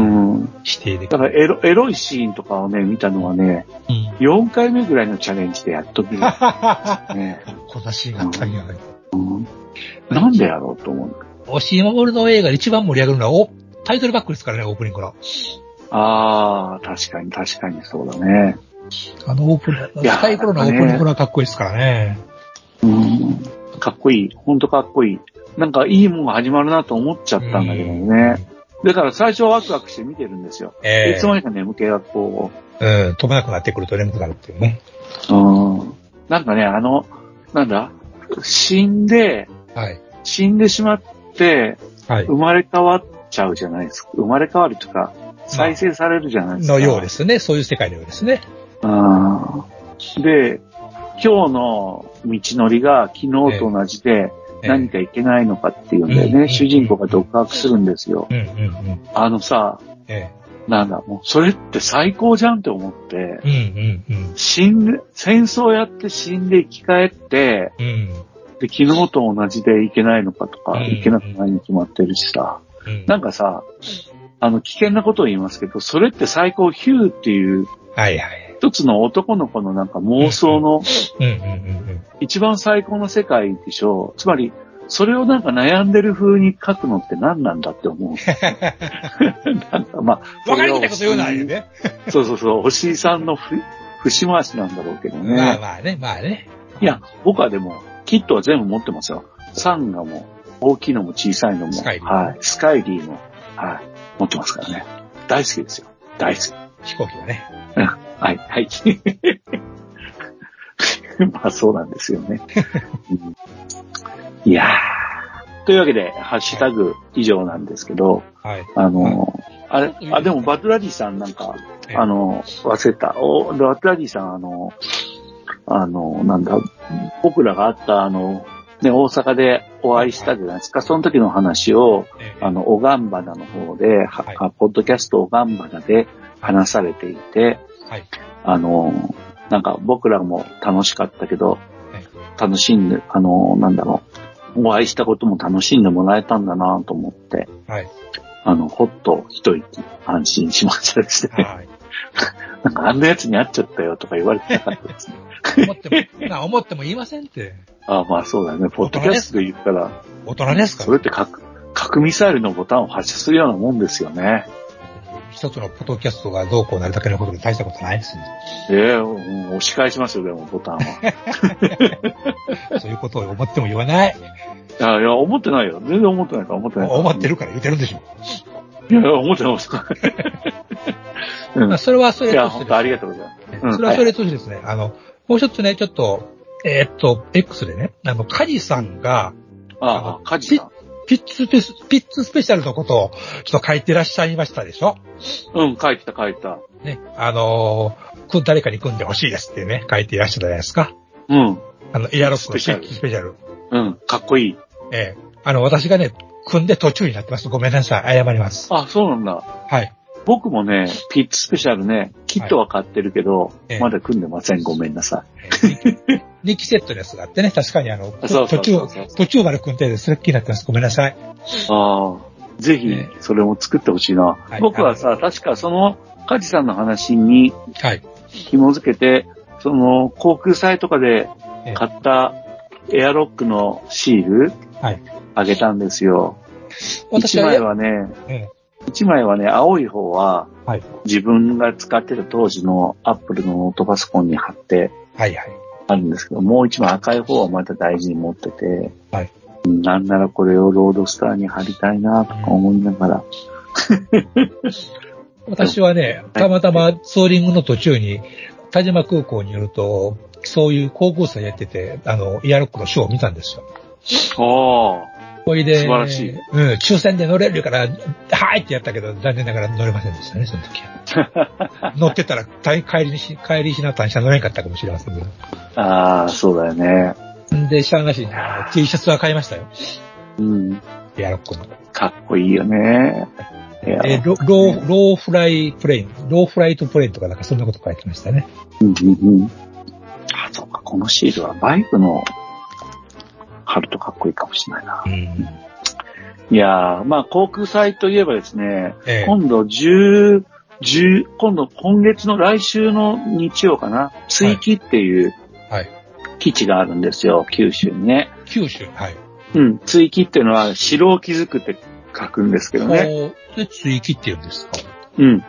H: ん、
B: ん。
H: 否定でき
B: だ
H: な
B: から
H: い。
B: エロ、エロいシーンとかをね、見たのはね、
H: うん
B: 4回目ぐらいのチャレンジでやっと見 る。ね
H: こんなシーンがあったんや。
B: うんなんでやろうと思う。
A: 押し守るの映画で一番盛り上がるのは、お、タイトルバックですからね、オープニングの。
B: ああ、確かに確かにそうだね。
A: あのオープニング、
B: いやー
A: スカイプロのオープニングのかっこいいですからね。
B: うんかっこいい。ほんとかっこいい。なんかいいもんが始まるなと思っちゃったんだけどね。だから最初はワクワクして見てるんですよ。
A: え
B: いつの間にか眠気がこ
A: うん、飛ばなくなってくると眠くなるっていうね。
B: う、うん。なんかね、あの、なんだ、死んで、
A: はい。
B: 死んでしまって、
A: はい。
B: 生まれ変わっちゃうじゃないですか。生まれ変わるというか、再生されるじゃないですか。。
A: のようですすね。そういう世界のようですね。
B: で、今日の道のりが昨日と同じで、何かいけないのかっていうんだよ
A: うんう
B: ね。
A: ん
B: 主人公が独白するんですよ。
A: うんうん
B: あのさ、
A: うん。え
B: なんだ、もうそれって最高じゃんって思って
A: え。、うんうんうん。
B: 死んで、戦争やって死んで生き返って、
A: うん。
B: で、昨日と同じでいけないのかと
A: う
B: か、
A: ん
B: いけなくないに決まってるしさ、
A: うん
B: なんかさ、あの、危険なことを言いますけど、それって最高ヒューっていう、
A: はいはい。
B: 一つの男の子のなんか妄想の
A: うんうんうん
B: 一番最高の世界でしょう。つまり、それをなんか悩んでる風に書くのって何なんだって思う。なんかま
A: うん。
B: あ、
A: わかりきったこと言うな、あ
B: それ
A: れ
B: を
A: ね。
B: そうそうそう、おしいさんのふ、 節回しなんだろうけどね。
A: まあまあね、まあね。
B: いや、僕はでも、キットは全部持ってますよ。サンガも、大きいのも小さいのも、
A: スカイリー
B: はい、スカイリーも、はい、持ってますからね。大好きですよ。大好き。
A: 飛行機はね。
B: はい、はい。 まあそうなんですよね。うんいやー。というわけで、ハッシュタグ以上なんですけど、
A: はい。
B: あのー、あれ、あ、でもバトラディさんなんか、あの、忘れた。お、で、渡りさん、あの、あの、なんだ、僕らがあった、あの、ね、大阪でお会いしたじゃないですか。その時の話を、
A: ええ
B: あの、おがんばなの方で、は
A: はい
B: あポッドキャストおがんばなで話されていて、
A: はい
B: あの、なんか僕らも楽しかったけど
A: え、
B: 楽しんで、あの、なんだろう、お会いしたことも楽しんでもらえたんだなと思って、
A: はい
B: あの、ほっと一息安心しましたですね。
A: はい。
B: なんかあんなやつに会っちゃったよとか言われてなかったですね。
A: 思っても、まあ思っても言いませんって。
B: ああまあそうだね。ポッドキャストで言ったら、
A: 大人ですか
B: それって核、核ミサイルのボタンを発射するようなもんですよね。
A: ら。一つのポッドキャストがどうこうなるだけのことで大したことないですね。
B: ええうん押し返しますよ、でも、ボ タンは。
A: そういうことを思っても言わない。
B: いや、いや、思ってないよ。全然思ってないから、思ってないから。
A: 思ってるから言ってるんでしょ。
B: いや、いや思ってない、思って ない。
A: まあ、それはそ
B: うん。
A: れ
B: い
A: と
B: や、
A: して
B: 本
A: です
B: 当ありがとうございます。うん
A: それはそれとしてですね、あの、もう一つね、ちょっと、えーっと、X でね、あの、カジさんが、
B: ああ、カジさん。
A: ピッツペス、ピッツスペシャルのことを、ちょっと書いてらっしゃいましたでしょ
B: うん、書いてた、書いてた。
A: ね、あのーく誰かに組んでほしいですってね、書いていらっしゃったじゃないですか。
B: うん、
A: あの、エアロックのピ
B: スペシャル
A: ッツスペシャル。
B: うん、かっこいい。
A: ええあの、私がね、組んで途中になってます。ごめんなさい。謝ります。
B: あ、そうなんだ。
A: はい。
B: 僕もね、ピッツスペシャルね、キットは買ってるけど、
A: ええ
B: まだ組んでません。ごめんなさ
A: えー二期セットのやつがあってね、確かにあの、
B: そうそ
A: 途
B: うそう
A: 中、途中まで組んで、それっきりになってます。ごめんなさい。
B: い。ああ、ぜひ
A: ええ、
B: それも作ってほしいな。
A: い
B: 僕はさ、確かその、カジさんの話に
A: はい。
B: 紐づけて、その、航空祭とかで
A: ええ
B: 買ったエアロックのシール、
A: はい
B: あげたんですよ。
A: 私
B: 1枚
A: は、
B: はね、
A: え
B: 一枚はね、青い方は、
A: えはい。
B: 自分が使ってた当時のアップルのノートパソコンに貼って
A: はいはい。
B: あるんですけど、もう一枚赤い方はまた大事に持ってて、
A: はい
B: うんなんならこれをロードスターに貼りたいなとか思いながら、
A: 私はね、たまたまツーリングの途中に、田島空港によると、そういう航空祭やってて、あの、イヤロックのショーを見たんですよ。
B: おー
A: ほいで、
B: 素晴らしい
A: うん、抽選で乗れるから、はいってやったけど、残念ながら乗れませんでしたね、その時 は。乗ってたら、帰帰りにし、帰りしなったんしか乗れなかったかもしれませんけ
B: ああ、そうだよね。
A: ど。んで、しゃあなしにあの T シャツは買いましたよ。
B: うん。
A: イヤロックの。
B: かっこいいよね。いや
A: えロロー、ローフライプレイン、ローフライトプレインとかなんかそんなこと書いてましたね。
B: うんうんうん。あ、そうか、このシールはバイクの貼るとかっこいいかもしれないな
A: う。ん。
B: いやー、まあ、航空祭といえばですね、
A: ええ
B: 今度10、10、今度今月の来週の日曜かな、追記っていう
A: はい。
B: 基地があるんですよ、九州にね。
A: 九州。はい。
B: うん、追記っていうのは、城を築くって書くんですけどね。
A: こう、で、追記って言うんですか。
B: うん。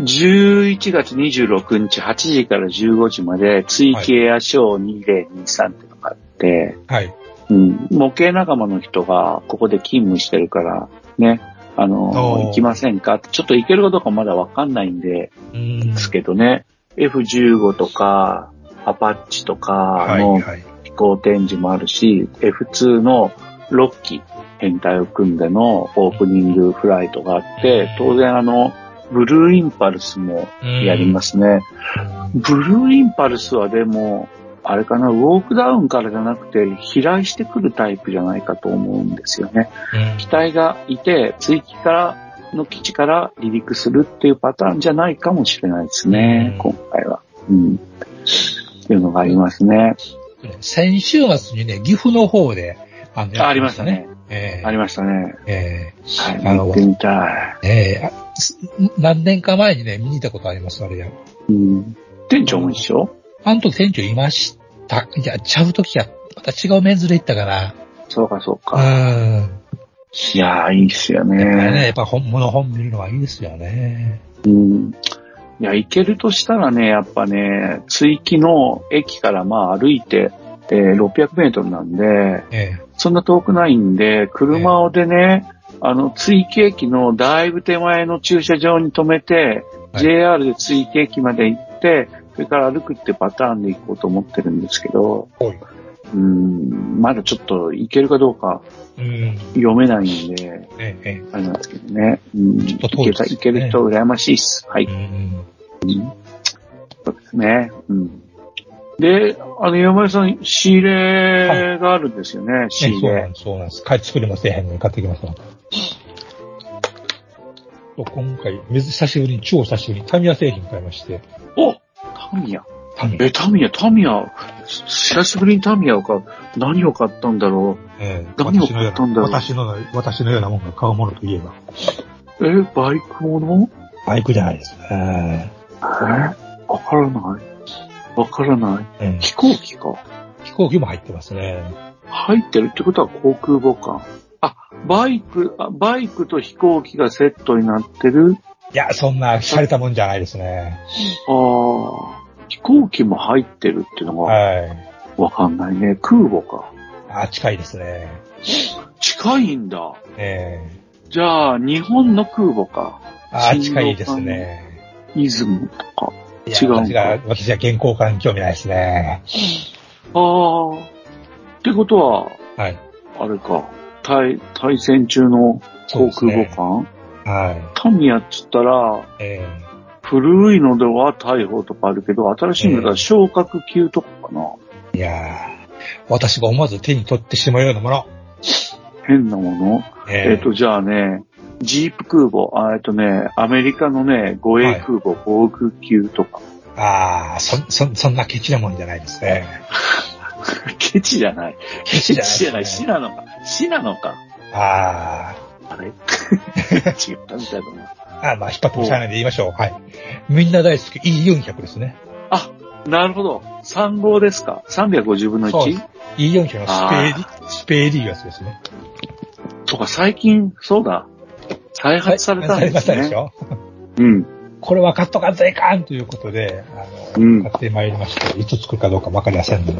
B: 11月26日8時から15時まで、追記エアショー2023ってのがあって、
A: はい。
B: うん、模型仲間の人がここで勤務してるから、ね、あの
A: おー、
B: 行きませんかってちょっと行けるかどうかまだわかんないんで、
A: うん
B: ですけどね、F15 とか、アパッチとか
A: はい、
B: の
A: はい。
B: 飛行展示もあるし、F2 の6機編隊を組んでのオープニングフライトがあって、当然あの、ブルーインパルスもやりますね。ブルーインパルスはでも、あれかな、ウォークダウンからじゃなくて、飛来してくるタイプじゃないかと思うんですよね。
A: うん
B: 機体がいて、追記から、の基地から離陸するっていうパターンじゃないかもしれないですね、
A: うん
B: 今回は。うん。っていうのがありますね。
A: 先週末にね、岐阜の方で、あの
B: あありましたね。。
A: ええ
B: ありましたね。
A: え
B: はい。
A: あの
B: 乗ってみた
A: えええあす何年か前にね、見に行ったことあります、あれや。
B: い。うん。店長も一緒
A: あの時店長いました。いや、ちゃう時や、また違うメンズで行ったかな。
B: そうか、そう
A: う
B: か。
A: ん。
B: いやー、いいっすよ
A: やっぱりね、
B: ね。
A: やっぱ本物本見るのはいいですよね。
B: うん。いや、行けるとしたらね、やっぱね、追記の駅からまあ歩いて、えー600メートルなんで、
A: え
B: そんな遠くないんで、車をでね、あの、追記駅のだいぶ手前の駐車場に止めて、
A: はい
B: JR で追記駅まで行って、それから歩くってパターンで行こうと思ってるんですけど、
A: はい
B: うん、まだちょっと行けるかどうか
A: えうん。
B: 読めないんで、
A: えええ
B: あれなんですけどね。うん、
A: ちょっと遠
B: 行
A: い
B: け
A: です
B: た、
A: ね
B: 行ける人羨ましいっす。は
A: え
B: い。
A: うん。
B: そうですね。うん。で、あの、山井さん、仕入れがあるんですよね、仕
A: ね
B: 入
A: そうな
B: れ。
A: んです、そうなんです。帰って作りません、変に買ってきますわ。そう今回、水久しぶりに、超久しぶりに、タミヤ製品買いまして。
B: おタミヤ。
A: タミヤ
B: え、タミヤ、タミヤ、久しぶりにタミヤを買う。何を買ったんだろ
A: ええ
B: 何を買ったんだろう
A: 私のような、私のようなもんが買うものといえば、
B: う。え、バイクもの
A: バイクじゃないです。え
B: えわからない。わからない。
A: えうん
B: 飛行機か。
A: 飛行機も入ってますね。
B: 入ってるってことは航空母艦。あ、バイク、あバイクと飛行機がセットになってる
A: いや、そんな、聞かれたもんじゃないですね。
B: ああ、飛行機も入ってるっていうのが
A: はい。
B: わかんないね。空母か。
A: あ、近いですね。
B: 近いんだ。
A: ええ
B: じゃあ、日本の空母か。
A: あ、
B: 新郎
A: 近いですね。
B: 出雲とか。
A: い
B: 違
A: や、
B: うん
A: 私が、私は原稿感興味ないですね。
B: ああ。ってことは、
A: はい。
B: あれか。対、対戦中の
A: そう
B: 航
A: です
B: 空母
A: ね。
B: 艦、
A: は
B: タミヤっつったら、
A: い。ええ
B: 古いのでは大砲とかあるけど、新しいので
A: え
B: は
A: え
B: 昇格級とかかな。
A: いやー私が思わず手に取ってしまうようなもの。
B: 変なもの。
A: え
B: えっ、と、じゃあね、ジープ空母、あえっとね、アメリカのね、護衛空母、防空級とか。
A: ああ、そ、そ、そんなケチなもんじゃないですね。
B: ケチじゃない。
A: ケ
B: ケチじゃない。
A: です
B: 死
A: ね
B: なのか。死なのか。
A: あ
B: あれ 違ったみたいだな。
A: あ、あまあ、引っ張ってもしゃあないんで言いましょう。はい。みんな大好き E400 ですね。
B: あ、なるほど。3号ですか ?350 分の 1?
A: そう
B: そ
A: です E400 のスペーリ
B: あ、
A: スペーリーやつですね。
B: うか、最近、そうだ。再発されたん
A: はい
B: で
A: さ
B: す
A: れましたでし
B: ね。
A: ょ
B: うん。
A: これ分かっとかんといかんということで、あの、
B: うん
A: 買ってまいりました。いつ作るかどうか分かりませんので。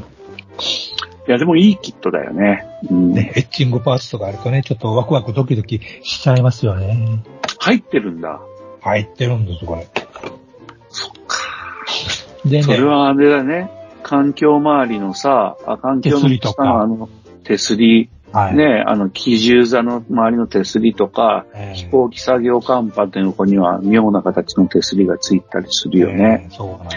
B: いや、でもいいキットだよね。うん。
A: ね、エッチングパーツとかあるとね、ちょっとワクワクドキドキしちゃいますよね。
B: 入ってるんだ。
A: 入ってるんです、これ。そっか。で
B: それ
A: ね、
B: はあれだね。環境周りのさ、あ環境
A: 手す
B: の
A: りとか
B: あの、手すり、
A: はい。
B: ね、あの、機銃座の周りの手すりとか、
A: えー
B: 飛行機作業甲板の横には妙な形の手すりがついたりするよね。。
A: えーそうなんです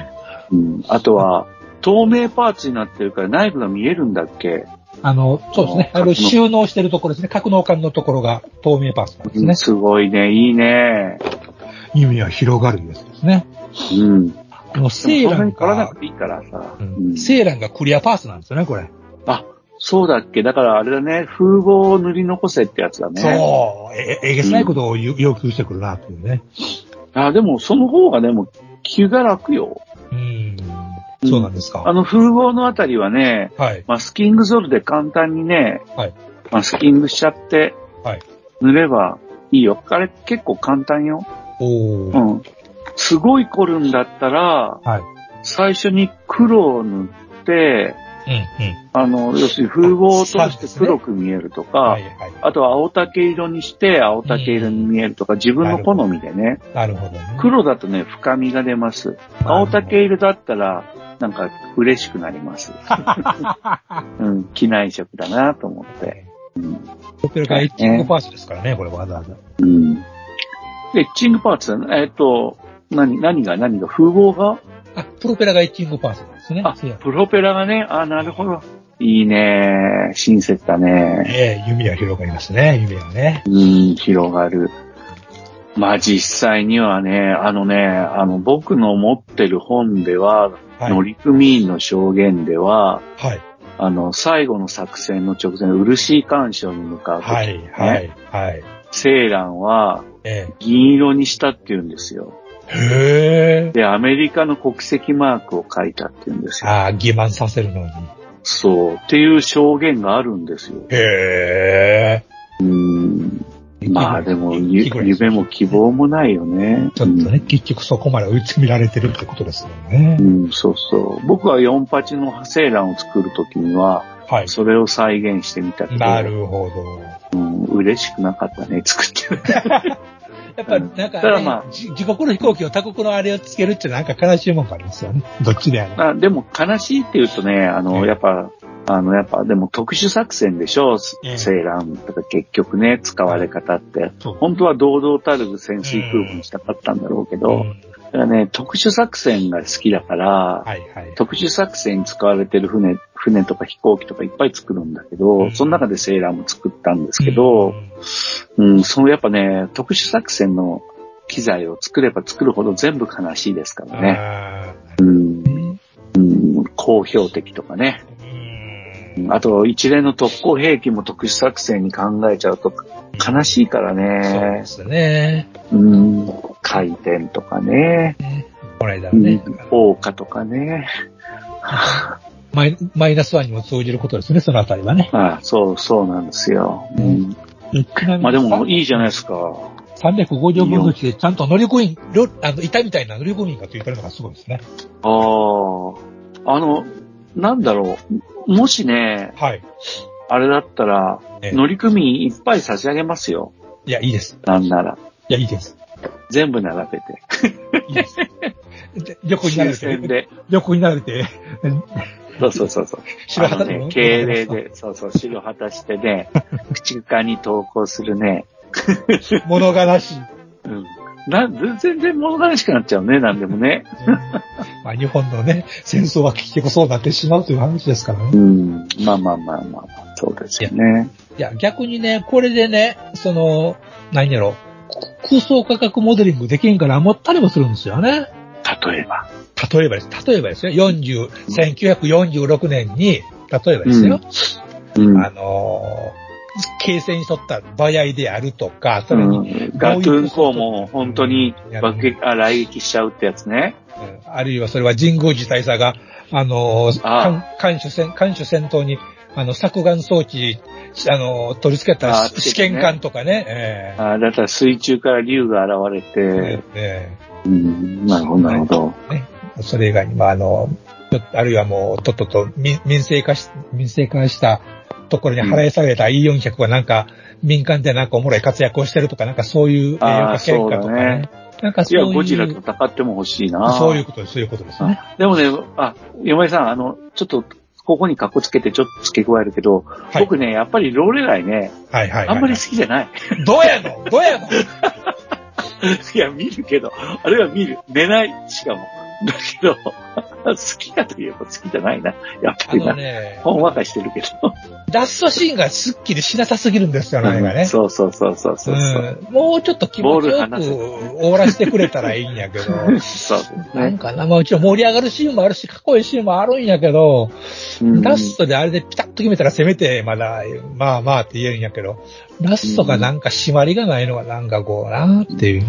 B: うん。あとは、透明パーツになってるから内部が見えるんだっけ
A: あの、そうですね。
B: あの
A: あの、収納してるところですね。格納管のところが透明パーツなんです
B: うん
A: ね。
B: すごいね、いいね。
A: 耳は広がるやつですね。
B: うん。
A: あの、セーラン
B: 取らな
A: が
B: く、ていいからさ。
A: う
B: うん
A: ん、セーランがクリアパーツなんですよね、これ。
B: あ、そうだっけだからあれだね、風貌を塗り残せってやつだね。
A: そう、え、えげつないことを要求してくるな、というね。
B: あ、でもその方がでも気が楽よ。
A: うん。そうなんです
B: あ
A: か。
B: の風貌のあたりはね、
A: はい。
B: マスキングゾルで簡単にね、
A: はい
B: マスキングしちゃって、
A: はい
B: 塗ればいいよ。あれ結構簡単よ。
A: お
B: う
A: ー。
B: ん。すごい凝るんだったら、
A: はい
B: 最初に黒を塗って、
A: うん、うん。
B: あの、要するに風貌を通
A: あそう
B: し
A: です
B: て
A: ね
B: 黒く見えるとか、
A: はい、は
B: あとは青竹色にして青竹色に見えるとか、自分の好みでね。
A: い。なるほどね。
B: 黒だとね、深みが出ます。青竹色だったら、なんか嬉しくなり ます。うん、機内食だなと思って。
A: ホテルがエッチングパーツですからね、これわざわざ。
B: うん。エッチングパーツだね。えっと、何、何が、何が、風貌が
A: あ、プロペラがエッチングパーツなんですね。
B: あ
A: セーラン、
B: プロペラがね、あ、なるほど。いいね親切だね
A: ええ、弓は広がりますね、弓はね。
B: うん、広がる。まあ実際にはね、あのね、あの僕の持ってる本では、
A: はい。
B: 乗組員の証言では、
A: はい。
B: あの、最後の作戦の直前、漆干渉に向かうとき、
A: はい、はい、はい。
B: セーランは
A: え
B: 銀色にしたって言うんですよ。
A: え。へえ。
B: で、アメリカの国籍マークを書いたって言うんですよ。
A: ああ、欺瞞させるのに。
B: そう、っていう証言があるんですよ。
A: へ
B: うーん。
A: え。
B: まあでも、ゆ
A: 結局
B: 夢も希望もないよね。
A: ちょっとね、結局そこまで追い詰められてるってことですよね
B: う。ん。うん、そうそう。僕は48のセーランを作るときには、
A: はい。
B: それを再現してみたけど、
A: なるほど。
B: うん、嬉しくなかったね、作って。
A: やっぱりなん
B: ただ
A: か、ね
B: ま
A: じ地獄の飛行機を他国のあれをつけるってなんか悲しいもんがありますよね。どっちであれ。
B: まあ、でも悲しいって言うとね、あ
A: え
B: の、
A: え
B: やっぱ、あの、やっぱ、でも特殊作戦でしょ、セ
A: ええ
B: ーランとか結局ね、使われ方って。
A: そう
B: 本当は堂々たる潜水空母にしたかったんだろうけど、
A: うん
B: だからね、特殊作戦が好きだから、
A: はいはい。
B: 特殊作戦に使われてる船、船とか飛行機とかいっぱい作るんだけど、
A: うん
B: その中でセーランも作ったんですけ
A: う
B: ど、
A: ん
B: うん、そのやっぱね、特殊作戦の機材を作れば作るほど全部悲しいですからね。
A: あ
B: うんうん、公表的とかね。
A: ーうん
B: あと、一連の特攻兵器も特殊作戦に考えちゃうと悲しいから
A: そうで
B: ね。
A: すね。
B: うん、回転とかね。
A: この間
B: う
A: のね
B: ん、、放火とかね。
A: マイマイナスワンにも通じることですね、そのあたりはね。
B: ああそう、そうなんですよ。うん、
A: ちなみに
B: まあでも、いいじゃないですか。
A: 350分の1でちゃんと乗り込み、ろあの、いたみたいな乗り込みがついてるのがすごいですね。
B: あーあの、なんだろう。もしね、
A: はい。
B: あれだったら、
A: ええ
B: 乗組員いっぱい差し上げますよ。
A: いや、いいです。
B: なんなら。
A: いや、いいです。
B: 全部並べて。
A: いい です。で横にな
B: 抽
A: れ
B: 選
A: て、
B: で。
A: 横になれて、
B: そうそうそうそう。
A: 白
B: あの
A: 旗で
B: ね
A: も、
B: 敬礼。で、そうそう、白旗し てね、口かに投稿するね。
A: 物悲しい。
B: うん。なん、全然物悲しくなっちゃうね、なんでもね。
A: まあ、日本のね、戦争は結局そうなってしまうという話ですからね。
B: うん。まあまあまあまあまあ、そうですよね。
A: いや、逆にね、これでね、その、何やろ、く空想価格モデリングできんから余ったりもするんですよね。
B: 例えば。
A: 例えばです。例えばですよ。40、1946年に、例えばですよ。
B: うん。
A: あのー、形成に沿った場合であるとか、
B: う
A: それに、
B: ん、ガトゥーン校も本当に爆撃、あ、来撃しちゃうってやつね。
A: うんあるいはそれは神宮寺大佐が、あのー、
B: ああ
A: かん看守戦、看守戦闘に、あの、削岩装置、あのー、取り付け
B: あ
A: た
B: あつけてね
A: 試験管とかね、ええ
B: あだから水中から竜が現れて、
A: え
B: うん、なるほど、なるほど。
A: えそれ以外に、まあ、あの、ちょっとあるいはもう、とっとと民民生化し、民生化したところに払い下げた E400 はなんか、民間でなんかおもろい活躍をしてるとか、なんかそういう映
B: ああ
A: 画経過とかね。なんか
B: い
A: そうい
B: や、
A: う。
B: ゴジラと戦っても欲しいな。
A: そういうことです、そういうことですね。
B: でもね、あ、山井さん、あの、ちょっと、ここに格好つけて、ちょっと付け加えるけど、
A: い
B: 僕ね、やっぱりローレライね、
A: はいはいはい、
B: あんまり好きじゃない。
A: どうやのどうやの
B: いや、見るけど、あれは見る。寝ない、しかも。だけど、 好きかといえば好きじゃないな。やっ
A: あ
B: ぱりな。
A: のね、
B: ほんわかしてるけど。
A: ラストシーンがスッキリしなさすぎるんですよね、あれがね。
B: そうそうそうそうそう。
A: うんもうちょっと気持ち
B: ボー
A: よ
B: ル
A: く
B: 離せ
A: 終わらせてくれたらいいんやけど。
B: そうです
A: な
B: ね
A: ん。かな、まあ、うちろん盛り上がるシーンもあるし、かっこいいシーンもあるんやけど、
B: うん
A: ラストであれでピタッと決めたらせめて、まだ、まあまあって言えるんやけど、ラストがなんか締まりがないのがなんかこうなっていう。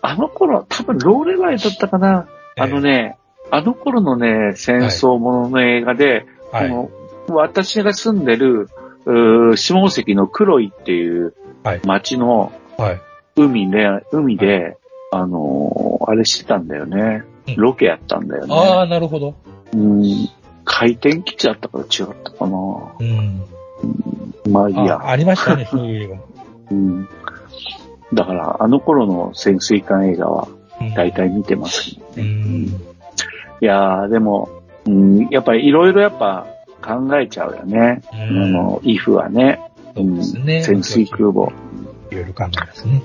B: あの頃、多分ローレライだったかな。あのね、あの頃のね、戦争ものの映画で、
A: はい、
B: この私が住んでる、うー下関の黒井っていう
A: はい
B: 町の
A: はい。
B: 海で、海で、あのーあれしてたんだよね
A: うん。
B: ロケやったんだよ
A: あ
B: ね。
A: あ、なるほど。
B: うん、回転基地だったから違ったかな。
A: うん。
B: まあいい
A: あ
B: や。
A: ありましたね、そういう映画も。
B: うん、だから、あの頃の潜水艦映画は
A: うん
B: 大体見てますけどね。
A: うん。
B: いやー、でも、うん、やっぱりいろいろやっぱ考えちゃうよね。
A: う
B: あ
A: ん
B: の、イフはね。
A: そうですね。
B: 潜水空母。
A: いろいろ考えますね。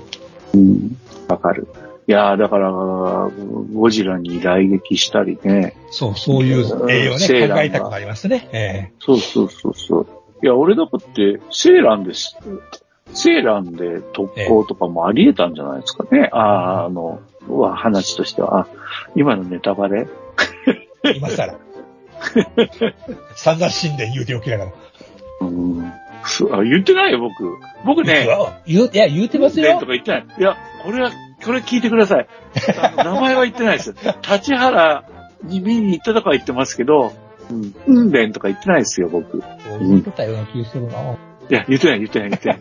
B: うん、わかる。いやー、だから、ゴジラに来撃したりね。
A: そう、そういう栄養
B: セー
A: ね、
B: ラーが
A: 考えたくなりますね。え
B: そうそうそうそう。いや、俺だって、セーランです。セーランで特攻とかもあり得たんじゃないですかね。あーあの、は話としては、あ今のネタバレ
A: え今更。散々死んで言うておきながら。
B: うん。ふあ言ってないよ、僕。僕ね、
A: 言う、いや、言うてます
B: 弁
A: よ
B: とか。言ってない。いや、これは、これ聞いてください。あの名前は言っ てないです。立原に見に行ったとかは言ってますけど、うん、運弁とか言ってないですよ、僕。い
A: 言ってたような気するな。
B: や、言ってない、言ってない、言ってない。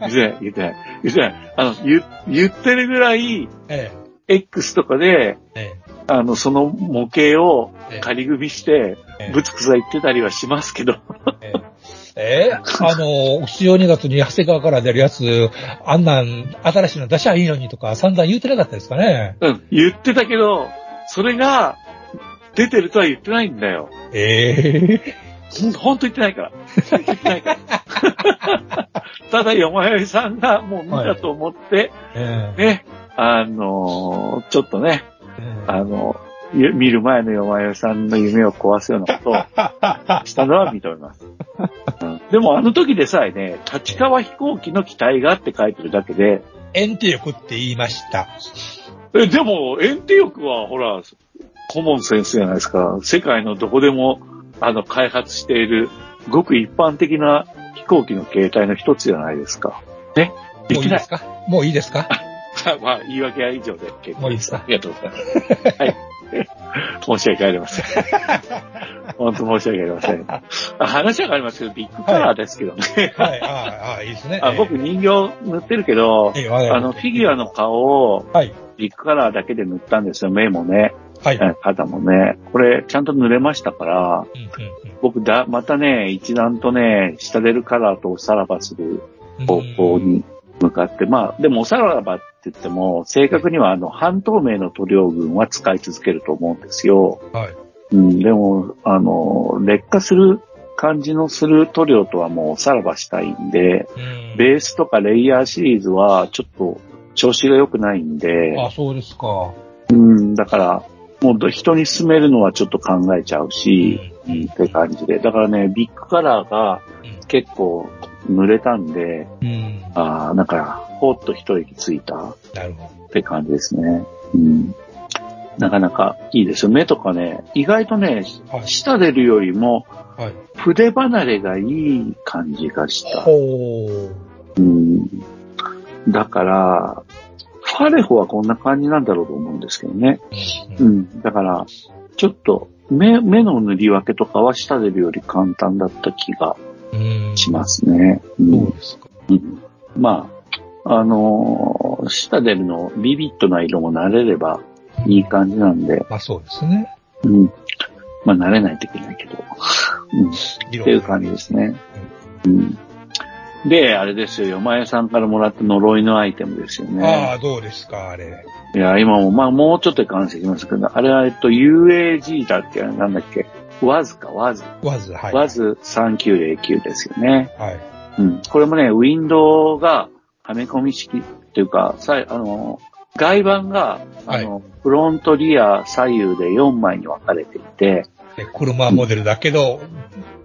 B: 言ってない、言ってない。言ってない。あの、言、言ってるぐらい、
A: え
B: X とかで、
A: え、え
B: あの、その模型を
A: え、え
B: 仮組みして
A: え、
B: ぶつくさ言ってたりはしますけど、
A: え、ええ、ええあの、必要2月に長谷川から出るやつ、あんなん、新しいの出しゃいいのにとか、散々言うてなかったですかね。
B: うん、言ってたけど、それが、出てるとは言ってないんだよ。
A: ええ
B: ほんほんと言ってないから。言ってないから。 ただ、よまよいさんがもう見たと思って、
A: ええ
B: ね、あのーちょっとね、あの、ゆ見る前のよまよいさんの夢を壊すようなことをしたのは認めます。うんでも、あの時でさえね、立川飛行機の機体がって書いてるだけで、
A: ええ、エンテ欲って言いました。
B: え、でも、遠定翼は、ほら、顧問先生じゃないですか。世界のどこでも、あの、開発している、ごく一般的な飛行機の形態の一つじゃないですか。ね。
A: もういいで
B: い
A: すかもういいですか
B: きなり。まあ、言い訳は以上で結
A: も
B: 構
A: ういい
B: で
A: です
B: す。
A: か
B: ありがとうございます。はい。申し訳ありません。 本当申し訳ありません。あ話は変わりますけど、ビッグカラーですけどね。
A: はい、ああ、ああいいですね。
B: あ僕
A: え
B: 人形塗ってるけど、
A: えええわかりました
B: あの、フィギュアの顔を
A: えはい。
B: ビッグカラーだけで塗ったんですよ、目もね。
A: はい。うん
B: 肩もね。これ、ちゃんと塗れましたから、
A: うん
B: 僕だ、またね、一段とね、下出るカラーとおさらばする
A: うん
B: 方向に向かって、まあ、でもおさらばって言っても、正確にはあの、半透明の塗料群は使い続けると思うんですよ。
A: はい。
B: うん、でも、あの、劣化する感じのする塗料とはもうおさらばしたいんで、
A: うん
B: ベースとかレイヤーシリーズはちょっと調子が良くないんで、
A: あ、そうですか。
B: うん、だから、もうど人に勧めるのはちょっと考えちゃうし、
A: うん
B: うんって感じで。だからね、ビッグカラーが
A: うん
B: 結構濡れたんで、
A: うん。
B: ああ、なんか、ほっと一息ついたっ
A: なるほ
B: て感じですね。うん。なかなかいいですよ。目とかね、意外とね、
A: はい
B: 舌出るよりも
A: ど。はい。
B: 筆離れがいい感じがした。
A: ほう。
B: うん。だから、ファレホはこんな感じなんだろうと思うんですけどね。
A: う
B: うんん。だから、ちょっと、目、目の塗り分けとかは下出るより簡単だった気が
A: うん。
B: しますね。うん
A: そうですか。
B: うんまあ、あのー、下出るのビビットな色も慣れればいい感じなんで、
A: まあそうですね。
B: うん。まあ慣れないといけないけど、うん。っ
A: 色
B: ていう感じですね。うん。で、あれですよ、よまえさんからもらった呪いのアイテムですよ
A: あ
B: ね。
A: あ、どうですか、あれ。
B: いや、今も、まあもうちょっとで完成しますけど、あれは、えっと、UAG だっけなんだっけわずか、わず。
A: わず、はい。
B: わ。ず3909ですよね。
A: はい。
B: うん。これもね、ウィンドウがはめ込み式っていうか、さあの、外板が、あの、フロントリア左右で4枚に分かれていて、
A: で車モデルだけど、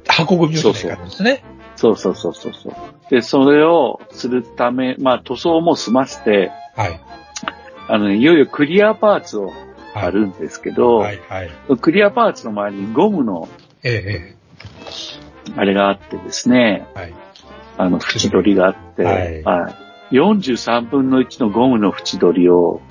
A: 箱組みをしないからですね。
B: そうそうそうそうそう。で、それをするため、まあ塗装も済ませて、
A: はい。
B: あのね、いよいよクリアパーツを貼るんですけど、
A: はい、はい。
B: クリアパーツの周りにゴムの
A: ええ、
B: あれがあってですね、
A: ええ。はい。
B: あの、縁取りがあって、
A: はい
B: はい43分の1のゴムの縁取りを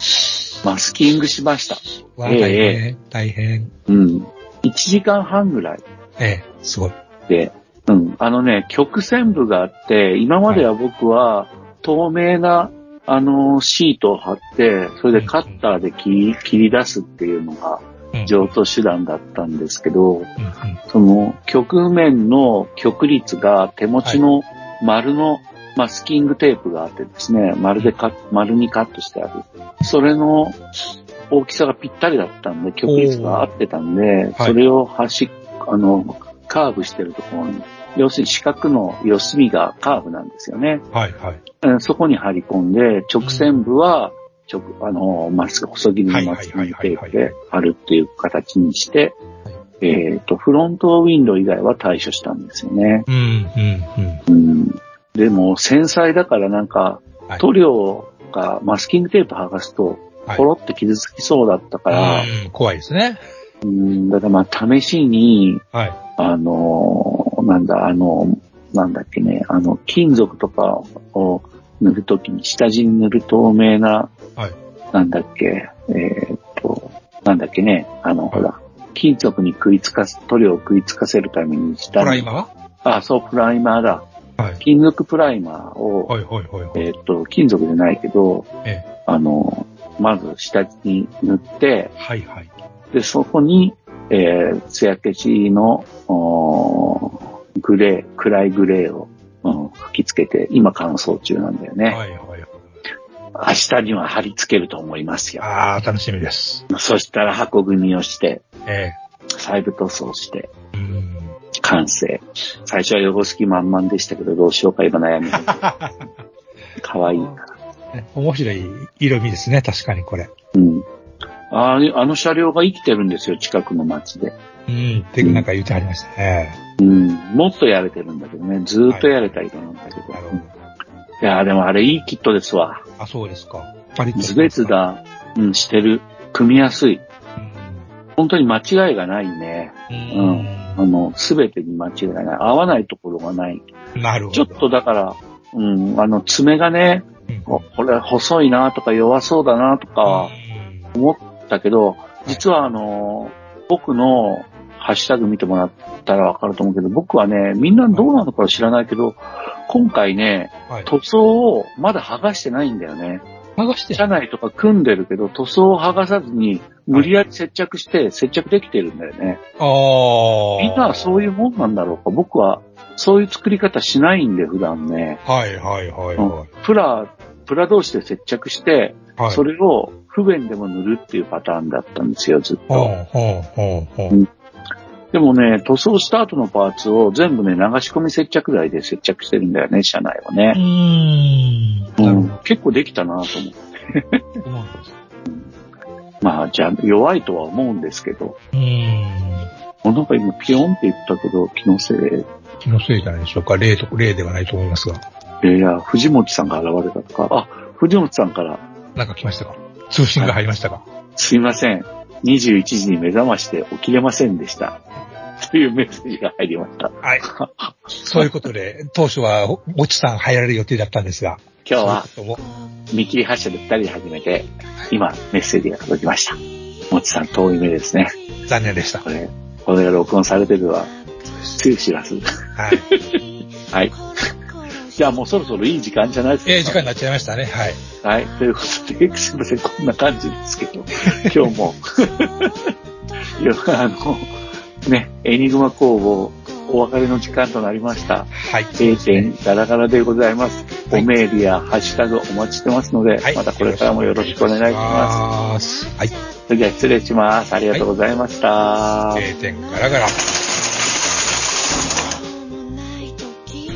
B: マスキングしました。
A: わあ、
B: ええ
A: 大変、大変。
B: うん。1時間半ぐらい
A: ええ、すごい。
B: で、うん。あのね、曲線部があって、今までは僕は透明な、あの、シートを貼って、それでカッターで切り切り出すっていうのが
A: うん
B: 上等手段だったんですけど、
A: うんうん
B: その曲面の曲率が手持ちの丸のマスキングテープがあってですね、丸でカッ丸にカットしてある。それの大きさがぴったりだったんで、曲率が合ってたんで、
A: はい
B: それを端、あの、カーブしてるところに、要するに四角の四隅がカーブなんですよね。
A: はい、はい。
B: うんそこに張り込んで、直線部は、直、あの、マスク、細切りのマスクにテープで貼るっていう形にして
A: はい、
B: えっと、フロントウィンドウ以外は対処したんですよね。
A: うん、うん、うん。
B: うん。でも、繊細だからなんか
A: はい、
B: 塗料がマスキングテープ剥がすと、
A: はい
B: ポロって傷つきそうだったから、
A: うん怖いですね。
B: うん、だからまあ、試しに、
A: はい。
B: あのーなんだ、あのーなんだっけね、あの、金属とかを塗るときに、下地に塗る透明な、
A: はい
B: なんだっけ、えーっと、なんだっけね、あの、ほら、金属に食いつかす、塗料を食いつかせるために
A: プ
B: 下
A: ライ
B: に、
A: マー
B: あ、そう、プライマーだ。
A: はい。
B: 金属プライマーを、
A: はい、はい、はいはい。
B: えーっと、金属じゃないけど、
A: え
B: あのーまず下地に塗って、
A: はい、はい。
B: で、そこに、えー、艶消しの、おーグレー、暗いグレーを、うん、吹き付けて、今乾燥中なんだよね。
A: はい、はい。
B: 明日には貼り付けると思いますよ。
A: ああ、楽しみです。
B: そしたら箱組みをして、
A: え
B: 細部塗装して、
A: え。うん。
B: 完成。最初は汚す気満々でしたけど、どうしようか今悩み で。可愛いから。
A: ね面白い色味ですね、確かにこれ。
B: うん。あーあの車両が生きてるんですよ、近くの街で。
A: うん。ってなんか言ってはりましたね。
B: うん。もっとやれてるんだけどね、ずーっとやれた色なんだけど。
A: なる
B: うん
A: ほ
B: いやーでもあれいいキットですわ。
A: ど。あ、そうですか。パリッと。
B: ズベツ。が、うん、してる。組みやすい。
A: うん。
B: 本当に間違いがないね。
A: うん
B: あの、すべてに間違いがない。合わないところがない。
A: なるほ
B: ちょ
A: ど。
B: っとだから、うん、あの、爪がね、
A: うん、
B: おこれ細いなとか弱そうだなとか
A: うん
B: 思ったけど、実はあの、僕のハッシュタグ見てもらったらわかると思うけど、僕はね、みんなどうなのかは知らないけど、今回ね、
H: はい。
B: 塗装をまだ剥がしてないんだよね。
A: 剥がして
B: 車内とか組んでるけど、塗装を剥がさずに、無理やり接着して、接着できてるんだよね。
H: ああ。
B: みんなはそういうもんなんだろうか。僕は、そういう作り方しないんで、普段ね。
H: はいはいはいは
B: プラ、プラ同士で接着して、
H: い。はい。
B: それを不便でも塗るっていうパターンだったんですよ、ずっ
H: ほう
B: と。
H: ほうほうほ
B: う。
H: うん
B: でもね、塗装した後のパーツを全部ね、流し込み接着剤で接着してるんだよね、車内は
A: うー
B: ね。
A: ん。
B: う
A: なる
B: ん、結構できたなと思って。
A: ほど。そうなんです
B: まあ、じゃあ、弱いとは思うんですけど。
A: うーん。
B: なんか今、ピヨンって言ったけど、気のせい
A: 気のせいじゃないでしょうか。例と、例ではないと思いますが。
B: いや、藤本さんが現れたとか、あ、藤本さんから、
A: なんか来ましたか通信が入りましたか
B: すいません、21時に目覚まして起きれませんでした。というメッセージが入りました。
A: はい。そういうことで、当初は、もちさん入られる予定だったんですが。
B: 今日は
A: そういうことも
B: 見切り発車で2人で始めて、今、メッセージが届きました。もちさん、遠い目ですね。
A: 残念でした。
B: こ
A: は
B: れ、これが録音されてるわ。つゆ知ら ず。
A: い。
B: はい。じゃあもうそろそろいい時間じゃないですか。
A: ええ時間になっちゃいましたね。はい。
B: はい。ということで、すいません、こんな感じですけ ど、今日も、いや、あの、ね、エニグマ工房、お別れの時間となりました。
A: はい。
B: 閉店ガラガラでございま
A: は
B: す。
A: い
B: おメールやハッシュタグお待ちしてますので、
A: はい
B: またこれからもよろしくお願いします
A: ます。はい。。
B: それでは失礼します。ありがとうございました。
A: 閉店ガラガラ。